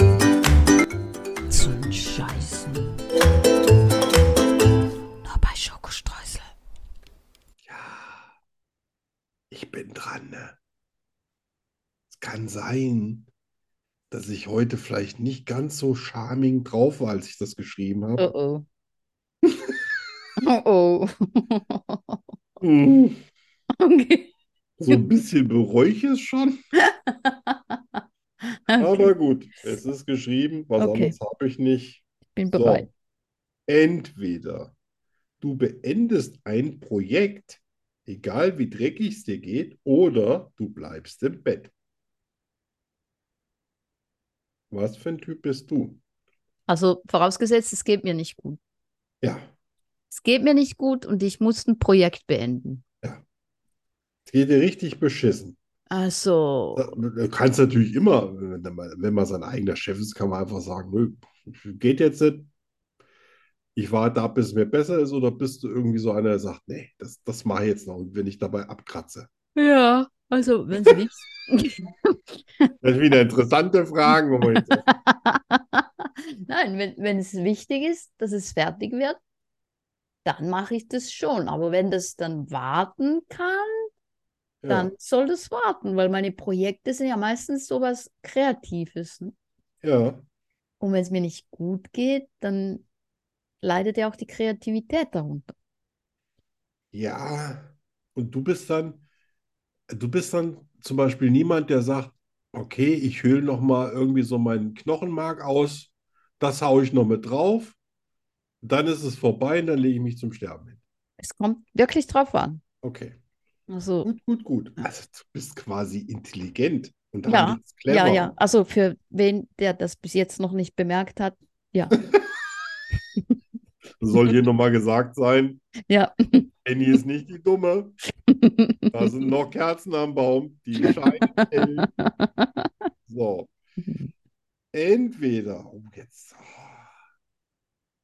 C: Zum Scheißen. Nur bei Schokostreusel.
A: Ja, ich bin dran, ne? Es kann sein, dass ich heute vielleicht nicht ganz so charming drauf war, als ich das geschrieben habe.
B: Oh [laughs] oh. oh oh. [laughs]
A: Mhm.
B: okay.
A: So ein bisschen bereue ich es schon. Aber gut, es ist geschrieben, was
B: Okay.
A: anderes habe ich nicht.
B: Ich bin
A: So,
B: bereit.
A: entweder du beendest ein Projekt, egal wie dreckig es dir geht, oder du bleibst im Bett. Was für ein Typ bist du?
B: Also vorausgesetzt, es geht mir nicht gut.
A: Ja,
B: Es geht mir nicht gut und ich muss ein Projekt beenden.
A: es geht dir richtig beschissen.
B: Also,
A: Du kannst Äh, natürlich immer, wenn man, wenn man sein eigener Chef ist, kann man einfach sagen, nö, geht jetzt nicht. Ich warte ab, bis es mir besser ist, oder bist du irgendwie so einer, der sagt, nee, das, das mache ich jetzt noch, und wenn ich dabei abkratze.
B: ja, also wenn sie
C: [laughs]
B: nicht.
A: Das sind wieder interessante Fragen, wo man jetzt sagt,
B: [laughs] Nein, wenn, wenn es wichtig ist, dass es fertig wird, dann mache ich das schon. Aber wenn das dann warten kann,
A: ja,
B: dann soll das warten, weil meine Projekte sind ja meistens sowas Kreatives. Ne?
A: ja,
B: Und wenn es mir nicht gut geht, dann leidet ja auch die Kreativität darunter.
A: ja. Und du bist dann, du bist dann zum Beispiel niemand, der sagt, okay, ich höhle noch mal irgendwie so meinen Knochenmark aus, das haue ich noch mit drauf, dann ist es vorbei und dann lege ich mich zum Sterben hin.
B: Es kommt wirklich drauf an.
A: Okay,
B: Also,
A: gut, gut, gut.
B: Ja.
A: Also du bist quasi intelligent und
B: Ja,
A: damit
B: ja,
A: clever.
B: ja. Also für wen, der das bis jetzt noch nicht bemerkt hat, [laughs]
A: Soll hier noch mal gesagt sein,
B: ja.
A: Annie ist nicht die Dumme, da sind noch Kerzen am Baum, die scheinen hell. So. entweder, oh jetzt, ah.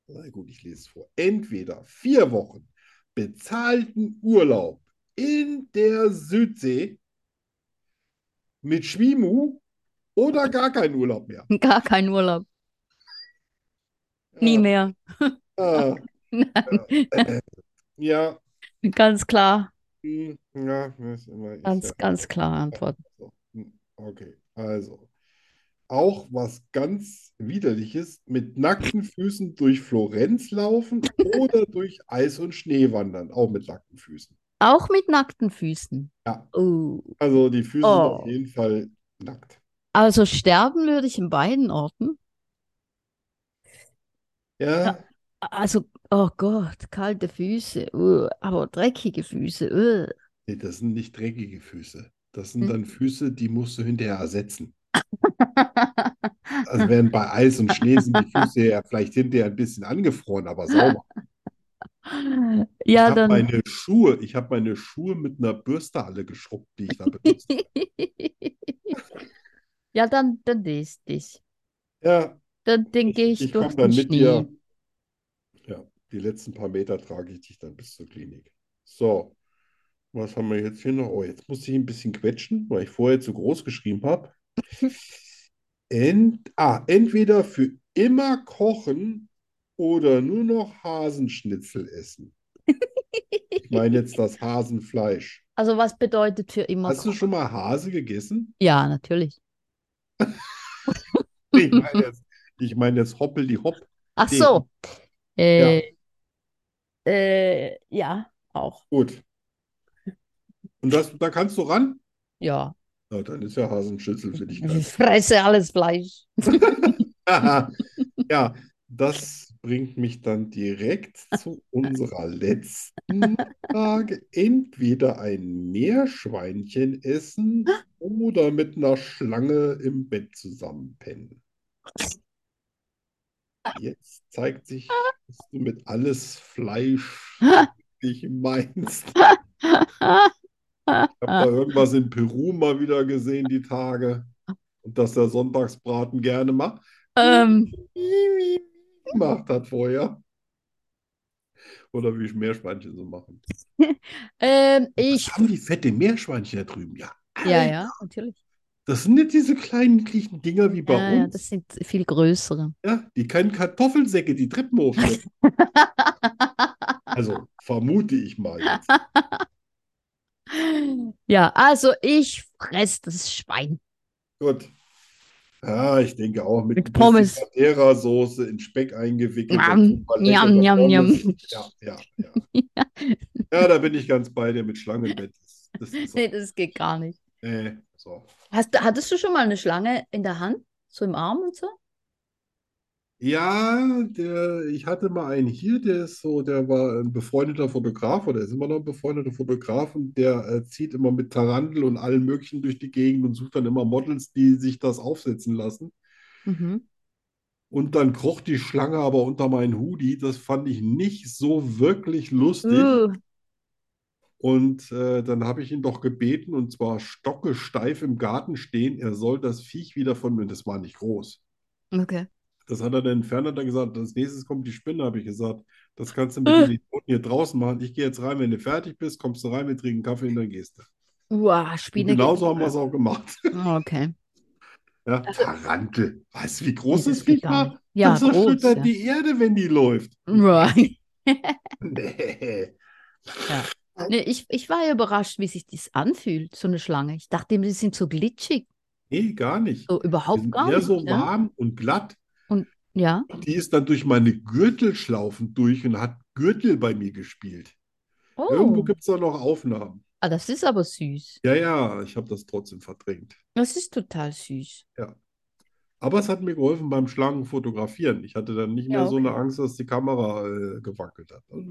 A: na gut, ich lese es vor, entweder vier Wochen bezahlten Urlaub in der Südsee mit Schwimu oder gar keinen Urlaub mehr.
B: [laughs] Gar kein Urlaub. Nie
A: Ja,
B: mehr.
A: ah,
B: [laughs]
A: Äh,
B: Nein,
A: ja,
B: ganz klar.
A: hm, ja, das ist immer ich,
B: Ganz,
A: ja.
B: ganz klare Antwort.
A: So, hm, Okay, also. Auch was ganz Widerliches, mit nackten Füßen durch Florenz laufen
B: [laughs]
A: oder durch Eis und Schnee wandern, auch mit nackten Füßen.
B: Auch mit nackten Füßen.
A: Ja.
B: Oh.
A: Also die Füße sind auf
B: Oh.
A: jeden Fall nackt.
B: Also sterben würde ich in beiden Orten.
A: Ja,
B: Also, oh Gott, kalte Füße, uh, aber dreckige Füße. Uh.
A: nee, das sind nicht dreckige Füße. Das sind
B: Hm.
A: dann Füße, die musst du hinterher
B: [laughs]
A: ersetzen. Also während bei Eis und Schnee sind die Füße ja vielleicht hinterher ein bisschen angefroren, aber sauber. Ich
B: Ja,
A: habe
B: dann.
A: meine Schuhe, ich habe meine Schuhe mit einer Bürste alle geschrubbt, die ich da benutzt
B: [laughs]
A: habe.
B: Ja, dann, dann das, das.
A: Ja.
B: Dann, dann
A: Ich-
B: gehe ich
A: ich
B: durch
A: komm dann
B: den
A: mit dir.
B: Schnee.
A: Ja, die letzten paar Meter trage ich dich dann bis zur Klinik. So, was haben wir jetzt hier noch? Oh, jetzt musste ich ein bisschen quetschen, weil ich vorher zu groß geschrieben
B: [laughs]
A: habe. Ent, ah, entweder für immer kochen oder nur noch Hasenschnitzel essen. Ich meine jetzt das Hasenfleisch.
B: Also, was bedeutet für immer
A: Hast du
B: kochen?
A: schon mal Hase gegessen?
B: Ja, natürlich.
A: Ich meine jetzt, ich meine jetzt Hoppel die Hopp.
B: Ach
A: Nee.
B: so. Äh, äh, ja, auch.
A: Gut. Und das, da kannst du ran?
B: Ja.
A: Na, dann ist ja Hasenschnitzel für dich ganz
B: Ich fresse alles Fleisch.
A: Haha. [laughs] Ja, das bringt mich dann direkt zu unserer
B: Mhm.
A: letzten Frage. Entweder ein Meerschweinchen essen oder mit einer Schlange im Bett zusammenpennen. Jetzt zeigt sich, dass du mit alles Fleisch dich meinst. Ich habe da irgendwas in Peru mal wieder gesehen, die Tage. Und dass der Sonntagsbraten gerne macht
B: Ähm,
A: gemacht hat vorher. Oder wie ich Meerschweinchen so machen.
B: ähm, ich.
A: Was haben die fette Meerschweinchen da drüben? Ja,
B: Ja, ja, natürlich.
A: das sind nicht diese kleinen, niedlichen Dinger wie bei
B: Ja, ja,
A: uns.
B: das sind viel größere.
A: Ja, die können Kartoffelsäcke die Treppen hochschleppen. Also vermute ich
B: [laughs]
A: mal jetzt.
B: Ja, also ich fresse das Schwein.
A: Gut. Ja, ich denke auch mit,
B: Mit
A: ein
B: Pommes.
A: bisschen Madeira-Soße in Speck eingewickelt.
B: Njam,
A: dazu mal
B: njam,
A: leckere
B: njam, njam.
A: Pommes. Ja, ja,
B: [laughs]
A: ja. Ja, da bin ich ganz bei dir mit Schlangenbett. Das,
B: [laughs]
A: das ist so.
B: Nee, das geht gar nicht.
A: Äh, so.
B: Hast, du- hattest du schon mal eine Schlange in der Hand? So im Arm und so?
A: Ja, der, ich hatte mal einen hier, der ist so, der war ein befreundeter Fotograf oder ist immer noch ein befreundeter Fotograf und der äh, zieht immer mit Tarantel und allem Möglichen durch die Gegend und sucht dann immer Models, die sich das aufsetzen lassen.
B: Mhm.
A: Und dann kroch die Schlange aber unter meinen Hoodie. Das fand ich nicht so wirklich lustig.
B: Uh,
A: Und äh, dann habe ich ihn doch gebeten, und zwar stockesteif im Garten stehen, er soll das Viech wieder von mir, und das war nicht groß.
B: okay.
A: Das hat er dann entfernt, hat er gesagt, als nächstes kommt die Spinne, habe ich gesagt. Das kannst du
B: Äh.
A: mit den Idioten hier draußen machen. Ich gehe jetzt rein, wenn du fertig bist, kommst du rein, wir trinken Kaffee und dann gehst du.
B: Uah,
A: Und
B: Spinne.
A: genauso haben wir es auch gemacht. [laughs]
B: Okay.
A: Ja, Also Tarantel. Weißt du, wie groß
B: Nee, das
A: das
B: geht
A: Viech
B: gar
A: war?
B: nicht. Ja,
A: Das
B: groß,
A: erschüttert
B: ja.
A: die Erde, wenn die läuft. [laughs]
B: Uah.
A: Nee.
B: Nee, Ne, ich, ich war ja überrascht, wie sich das anfühlt, so eine Schlange. Ich dachte, die sind so glitschig.
A: Nee, gar nicht.
B: So
A: Die
B: überhaupt
A: sind
B: gar
A: eher
B: nicht. ne?
A: so
B: ja?
A: warm und glatt.
B: ja.
A: Die ist dann durch meine Gürtelschlaufen durch und hat Gürtel bei mir gespielt. Irgendwo
B: Oh,
A: gibt es da noch Aufnahmen.
B: ah, das ist aber süß.
A: Ja, ja, ich habe das trotzdem verdrängt.
B: Das ist total süß. [laughs]
A: Aber es hat mir geholfen beim Schlangenfotografieren. Ich hatte dann nicht
B: Ja,
A: mehr so
B: okay.
A: eine Angst, dass die Kamera äh, gewackelt hat.
B: [laughs]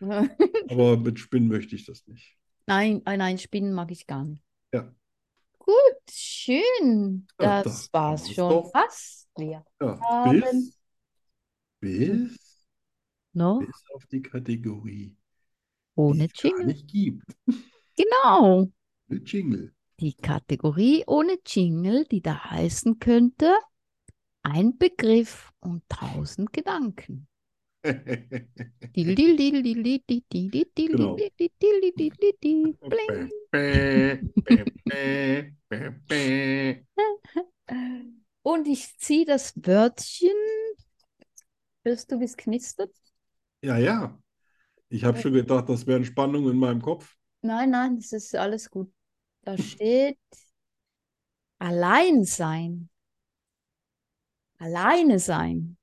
A: Also, aber mit Spinnen möchte ich das nicht.
B: Nein, nein, nein, Spinnen mag ich gar nicht.
A: Ja.
B: Gut, schön.
A: Ja,
B: Das
A: das
B: war's
A: war's
B: schon
A: doch.
B: fast leer.
A: Ja,
B: Aber-
A: bis, bis,
B: No?
A: bis auf die Kategorie, die
B: Ohne
A: es gar
B: Jingle.
A: nicht gibt.
B: Genau.
A: Mit Jingle. [laughs]
B: Die Kategorie ohne Jingle, die da heißen könnte. Ein Begriff und tausend Gedanken. Dil, dil, dil, dil, dil, dil, dil, dil, dil,
A: Genau.
B: dil, dil, dil, dil, dil, dil, dil. Bling. Äh, Und ich ziehe das Wörtchen. Hörst du, wie es knistert?
A: Ja, ja. Ich
B: Äh.
A: habe schon gedacht, das wären Spannungen in meinem Kopf.
B: Nein, nein, das ist alles gut.
A: Hm.
B: Da steht allein sein. Alleine sein.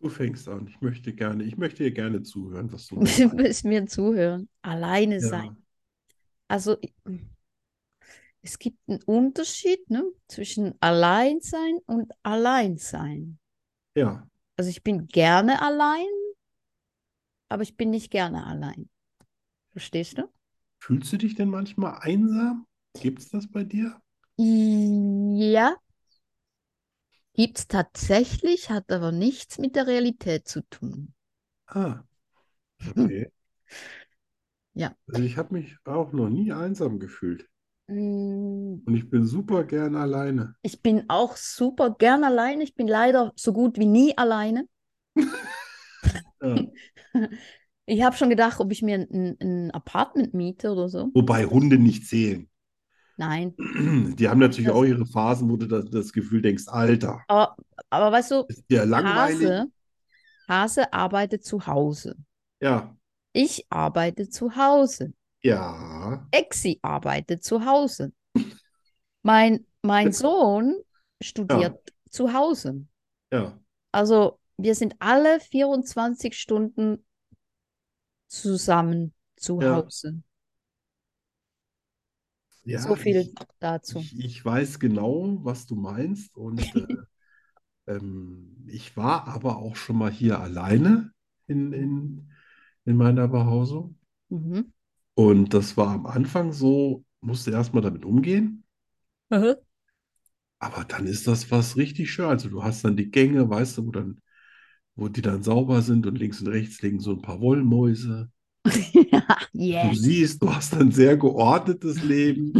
A: Du fängst an. Ich möchte gerne, ich möchte dir gerne zuhören, was du
B: Du [laughs] musst mir zuhören. Alleine sein.
A: ja.
B: Also i- es gibt einen Unterschied, ne, zwischen allein sein und allein sein.
A: ja,
B: Also ich bin gerne allein, aber ich bin nicht gerne allein. Verstehst du?
A: fühlst du dich denn manchmal einsam? Gibt's das bei dir?
B: Ja. Gibt's tatsächlich, hat aber nichts mit der Realität zu tun.
A: Ah, okay.
B: Ja.
A: Also ich habe mich auch noch nie einsam gefühlt
B: Mm,
A: und ich bin super gern alleine.
B: Ich bin auch super gern allein. Ich bin leider so gut wie nie alleine.
A: Ja.
B: Ich habe schon gedacht, ob ich mir ein, ein Apartment miete oder so.
A: Wobei Hunde nicht zählen.
B: Nein.
A: Die haben natürlich
B: Das-
A: auch ihre Phasen, wo du das, das Gefühl denkst, Alter,
B: Aber, aber weißt du,
A: ist dir langweilig?
B: Hase, Hase arbeitet zu Hause.
A: Ja,
B: Ich arbeite zu Hause.
A: ja.
B: Exi arbeitet zu Hause. Mein,
A: [laughs]
B: mein Sohn studiert zu Hause.
A: Ja,
B: Also wir sind alle 24 Stunden zusammen zu
A: Ja.
B: Hause.
A: ja,
B: So viel
A: ich,
B: dazu.
A: Ich, ich weiß genau, was du meinst und äh, ähm, ich war aber auch schon mal hier alleine in, in, in meiner Behausung
B: Mhm.
A: und das war am Anfang so, musste erstmal damit umgehen, aber dann ist das was richtig schön. Also du hast dann die Gänge, weißt du, wo dann, wo die dann sauber sind und links und rechts liegen so ein paar Wollmäuse. Du
B: Yes.
A: siehst, du hast ein sehr geordnetes Leben.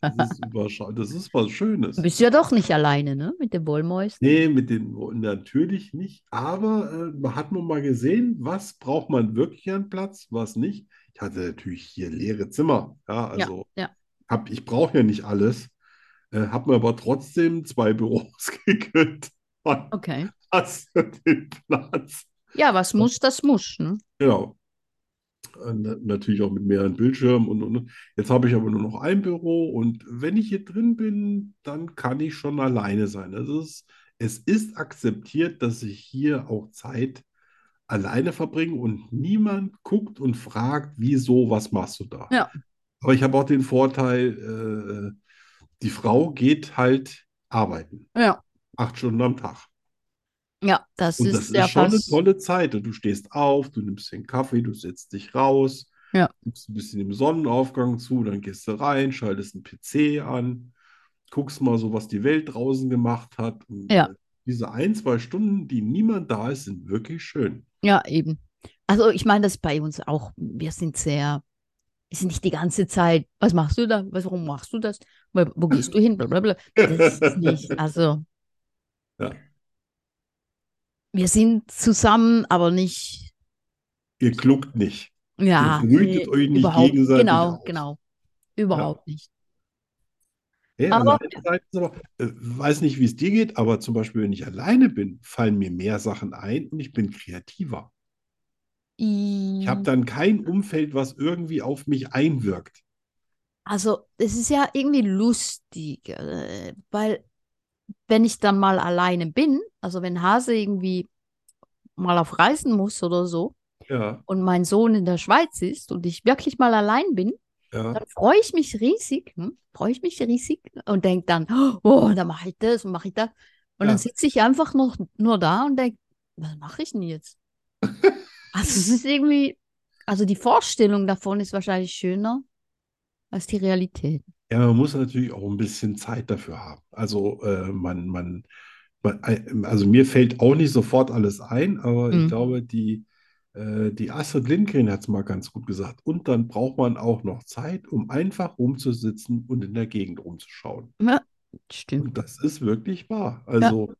A: Das ist überschau- das ist was Schönes.
B: Du bist ja doch nicht alleine, ne? Mit den Wollmäusen.
A: Nee, mit den natürlich nicht. Aber äh, hat man mal gesehen, was braucht man wirklich an Platz, was nicht. Ich hatte natürlich hier leere Zimmer. Ja, also
B: ja.
A: hab, ich brauche ja nicht alles. Äh, hab mir aber trotzdem zwei Büros [laughs] gegönnt. Und
B: Okay.
A: hast du den Platz.
B: Ja, was muss, das muss, ne?
A: Genau. Und na- natürlich auch mit mehreren Bildschirmen und, und, und. Jetzt habe ich aber nur noch ein Büro und wenn ich hier drin bin, dann kann ich schon alleine sein. Also Es ist, es ist akzeptiert, dass ich hier auch Zeit alleine verbringe und niemand guckt und fragt, wieso, was machst du da?
B: Ja.
A: Aber ich habe auch den Vorteil, äh, die Frau geht halt arbeiten,
B: Ja.
A: acht Stunden am Tag.
B: Ja, das
A: Und
B: ist
A: das ist
B: ja
A: schon eine
B: fast.
A: tolle Zeit. Und du stehst auf, du nimmst den Kaffee, du setzt dich raus,
B: Ja.
A: guckst ein bisschen dem Sonnenaufgang zu, dann gehst du rein, schaltest einen PC an, guckst mal so, was die Welt draußen gemacht hat. Und
B: Ja.
A: äh, diese ein, zwei Stunden, die niemand da ist, sind wirklich schön.
B: Ja, eben. Also ich meine, das ist bei uns auch, wir sind sehr, wir sind nicht die ganze Zeit, was machst du da? Was, warum machst du das? Wo, wo gehst du hin? Blablabla. Das ist
A: [laughs]
B: nicht, also
A: Ja.
B: wir sind zusammen, aber nicht,
A: Ihr kluckt nicht.
B: ja,
A: Ihr brütet euch nicht
B: überhaupt,
A: gegenseitig
B: genau,
A: aus.
B: genau, überhaupt nicht.
A: Ja,
B: Aber-
A: alleine sein ist aber, äh, weiß nicht, wie es dir geht, aber zum Beispiel, wenn ich alleine bin, fallen mir mehr Sachen ein und ich bin kreativer. Ich habe dann kein Umfeld, was irgendwie auf mich einwirkt.
B: Also, es ist ja irgendwie lustig, äh, weil wenn ich dann mal alleine bin, also wenn Hase irgendwie mal auf Reisen muss oder so
A: Ja,
B: und mein Sohn in der Schweiz ist und ich wirklich mal allein bin,
A: ja,
B: dann freue ich mich riesig, hm? freue ich mich riesig und denke dann, oh, dann mache ich das und mache ich das. Und
A: Ja.
B: dann sitze ich einfach noch nur da und denke, was mache ich denn jetzt? also es ist irgendwie, also die Vorstellung davon ist wahrscheinlich schöner als die Realität.
A: ja. Man muss natürlich auch ein bisschen Zeit dafür haben. Also äh, man, man, man, äh, also mir fällt auch nicht sofort alles ein, aber ich
B: Mhm.
A: glaube, die, äh, die Astrid Lindgren hat es mal ganz gut gesagt. Und dann braucht man auch noch Zeit, um einfach rumzusitzen und in der Gegend rumzuschauen.
B: Stimmt.
A: Und das ist wirklich wahr. Also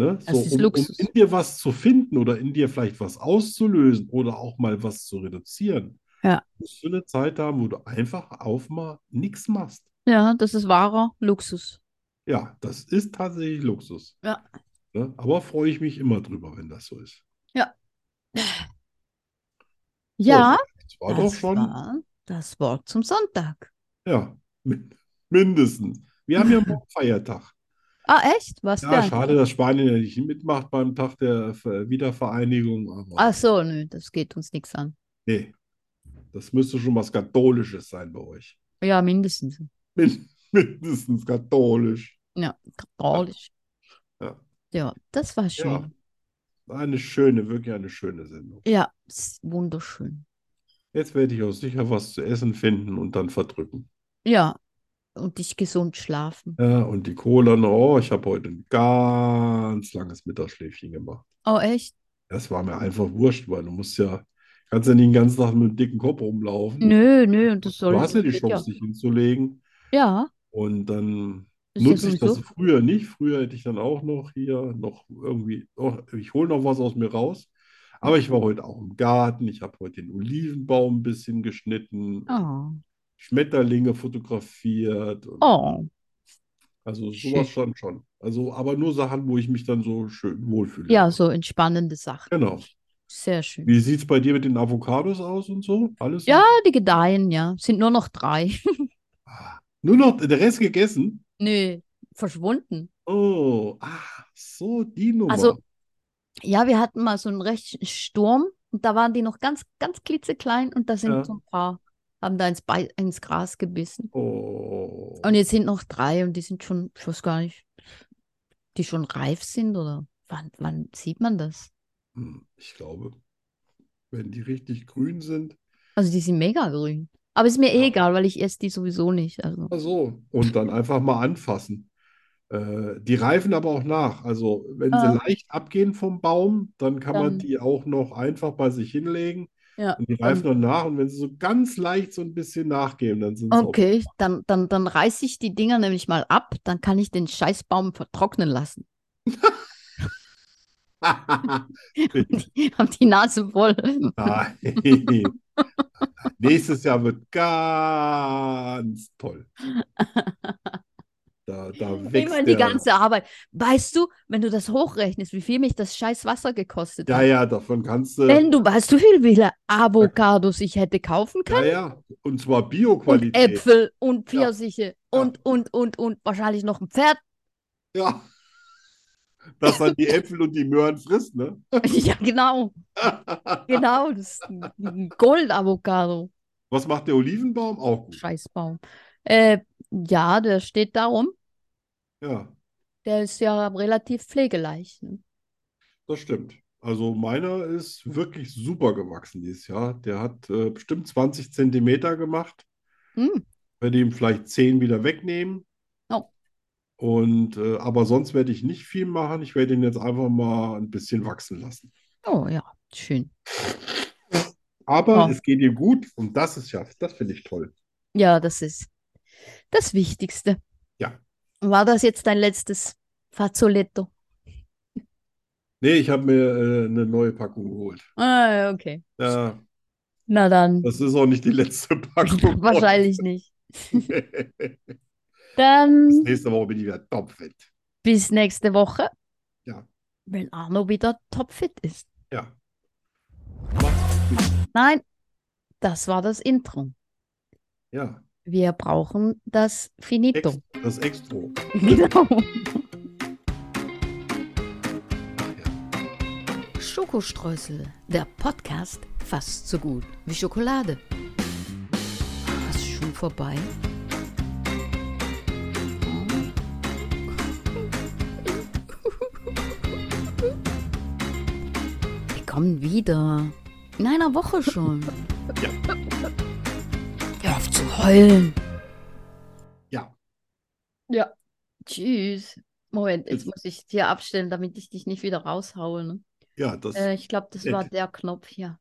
A: Ne?
B: Das
A: So,
B: ist
A: um, um
B: Luxus.
A: in dir was zu finden oder in dir vielleicht was auszulösen oder auch mal was zu reduzieren,
B: Ja.
A: musst du eine Zeit haben, wo du einfach auf mal nichts machst.
B: Ja, das ist wahrer Luxus.
A: Ja, das ist tatsächlich Luxus.
B: Ja.
A: Ne? Aber freue ich mich immer drüber, wenn das so ist. So,
B: Ja,
A: Oh, das war doch
B: das
A: schon,
B: war das Wort zum Sonntag.
A: ja, min- mindestens.
B: [laughs]
A: Wir haben ja morgen Feiertag.
B: Ah, echt? Was
A: Ja,
B: denn?
A: schade, dass Spanien ja nicht mitmacht beim Tag der Ver- Wiedervereinigung, aber
B: Ach so, nö, das geht uns nichts an.
A: nee, das müsste schon was Katholisches sein bei euch. [laughs]
B: Ja, mindestens.
A: Min- Mindestens katholisch.
B: Ja, traurig.
A: Ja.
B: Ja, das war
A: Ja,
B: schön.
A: eine schöne, wirklich eine schöne Sendung.
B: Ja, ist wunderschön.
A: Jetzt werde ich auch sicher was zu essen finden und dann verdrücken.
B: Ja, und dich gesund schlafen.
A: Ja, und die Cola noch. Oh, ich habe heute ein ganz langes Mittagsschläfchen gemacht.
B: Oh, echt?
A: Das war mir einfach wurscht, weil du musst ja, kannst ja nicht den ganzen Tag mit dem dicken Kopf rumlaufen.
B: Nö, nö, und das soll.
A: Du hast ja die
B: geht
A: Chance, dich hinzulegen.
B: Ja,
A: Und dann
B: ist ja
A: nutze ich das
B: sowieso.
A: früher nicht. Früher hätte ich dann auch noch hier noch irgendwie, oh, ich hole noch was aus mir raus. Aber ich war heute auch im Garten. Ich habe heute den Olivenbaum ein bisschen geschnitten,
B: Oh,
A: Schmetterlinge fotografiert. Und
B: oh,
A: also
B: schön.
A: sowas schon schon. Also, aber nur Sachen, wo ich mich dann so schön wohlfühle.
B: ja, so entspannende Sachen.
A: Genau.
B: Sehr schön.
A: Wie sieht es bei dir mit den Avocados aus und so? Alles?
B: Ja, die gedeihen, ja. Sind nur noch drei. [laughs]
A: Ah, Nur noch der Rest gegessen?
B: Nö, verschwunden.
A: Oh, ah, so die Nummer.
B: Also- Ja, wir hatten mal so einen rechten Sturm und da waren die noch ganz, ganz klitzeklein und da sind
A: Ja.
B: so ein paar, haben da ins, Bei ins Gras gebissen.
A: Oh.
B: Und jetzt sind noch drei und die sind schon, ich weiß gar nicht, die schon reif sind oder wann, wann sieht man das?
A: Hm, Ich glaube, wenn die richtig grün sind.
B: Also die sind mega grün. Aber ist mir eh
A: Ja.
B: egal, weil ich esse die sowieso nicht. Also.
A: Ach so. Und dann einfach mal anfassen. Äh, die reifen aber auch nach. Also, wenn sie
B: Ja.
A: leicht abgehen vom Baum, dann kann man
B: Ah. Dann-
A: die auch noch einfach bei sich hinlegen.
B: Ja,
A: Und die reifen dann nach. Und wenn sie so ganz leicht so ein bisschen nachgeben, dann sind sie auch.
B: Okay, dann, dann, dann reiße ich die Dinger nämlich mal ab, dann kann ich den Scheißbaum vertrocknen lassen. [laughs] Ich hab die Nase voll.
A: [laughs] Nein. [laughs] Nächstes Jahr wird ganz
B: [laughs]
A: toll. Da, da wächst
B: Immer die
A: der.
B: ganze Arbeit. Weißt du, wenn du das hochrechnest, wie viel mich das scheiß Wasser gekostet
A: Ja,
B: hat?
A: ja, davon kannst du.
B: Wenn du, weißt du, wie viele Avocados ich hätte kaufen können?
A: Ja, ja. Und zwar
B: Und
A: Bio-Qualität.
B: Äpfel und Pfirsiche
A: Ja.
B: und, und, und, und wahrscheinlich noch ein Pferd. [laughs]
A: Ja. Dass dann die Äpfel und die Möhren frisst, ne?
B: Ja, genau, genau. Das ist ein Gold-Avocado.
A: Was macht der Olivenbaum? Auch gut.
B: Scheißbaum. Äh, ja, der steht darum.
A: Ja,
B: Der ist ja relativ pflegeleicht. Ne?
A: das stimmt. Also meiner ist wirklich super gewachsen dieses Jahr. Der hat äh, bestimmt 20 Zentimeter gemacht.
B: Hm.
A: werde ihm vielleicht 10 wieder wegnehmen.
B: Oh.
A: Und äh, aber sonst werde ich nicht viel machen. Ich werde ihn jetzt einfach mal ein bisschen wachsen lassen.
B: Oh ja, schön.
A: Aber
B: Oh.
A: es geht ihm gut und das ist ja, das finde ich toll.
B: Ja, das ist das Wichtigste.
A: Ja.
B: War das jetzt dein letztes Fazzoletto?
A: Nee, ich habe mir äh, eine neue Packung geholt.
B: Ah, ja, okay.
A: Ja,
B: Na
A: [laughs]
B: dann,
A: das ist auch nicht die letzte Packung.
B: [laughs]
A: [laughs]
B: wahrscheinlich nicht.
A: Bis
B: Dann
A: nächste Woche bin ich wieder topfit.
B: bis nächste Woche.
A: Ja.
B: Wenn Arno wieder topfit ist.
A: Ja. Macht's gut.
B: Nein, das war das Intro.
A: Ja,
B: Wir brauchen das Finito.
A: Ex das Extro.
B: [laughs] Genau.
C: Schokostreusel, der Podcast fast so gut wie Schokolade. Ist schon vorbei? Wir kommen wieder. In einer Woche schon.
A: Ja.
C: Hör auf zu heulen.
A: Ja.
B: Ja. Tschüss. Moment, jetzt
A: Tschüss.
B: muss ich hier abstellen, damit ich dich nicht wieder raushaue. Ne?
A: Ja, das.
B: Äh, ich glaube, das war der Knopf hier.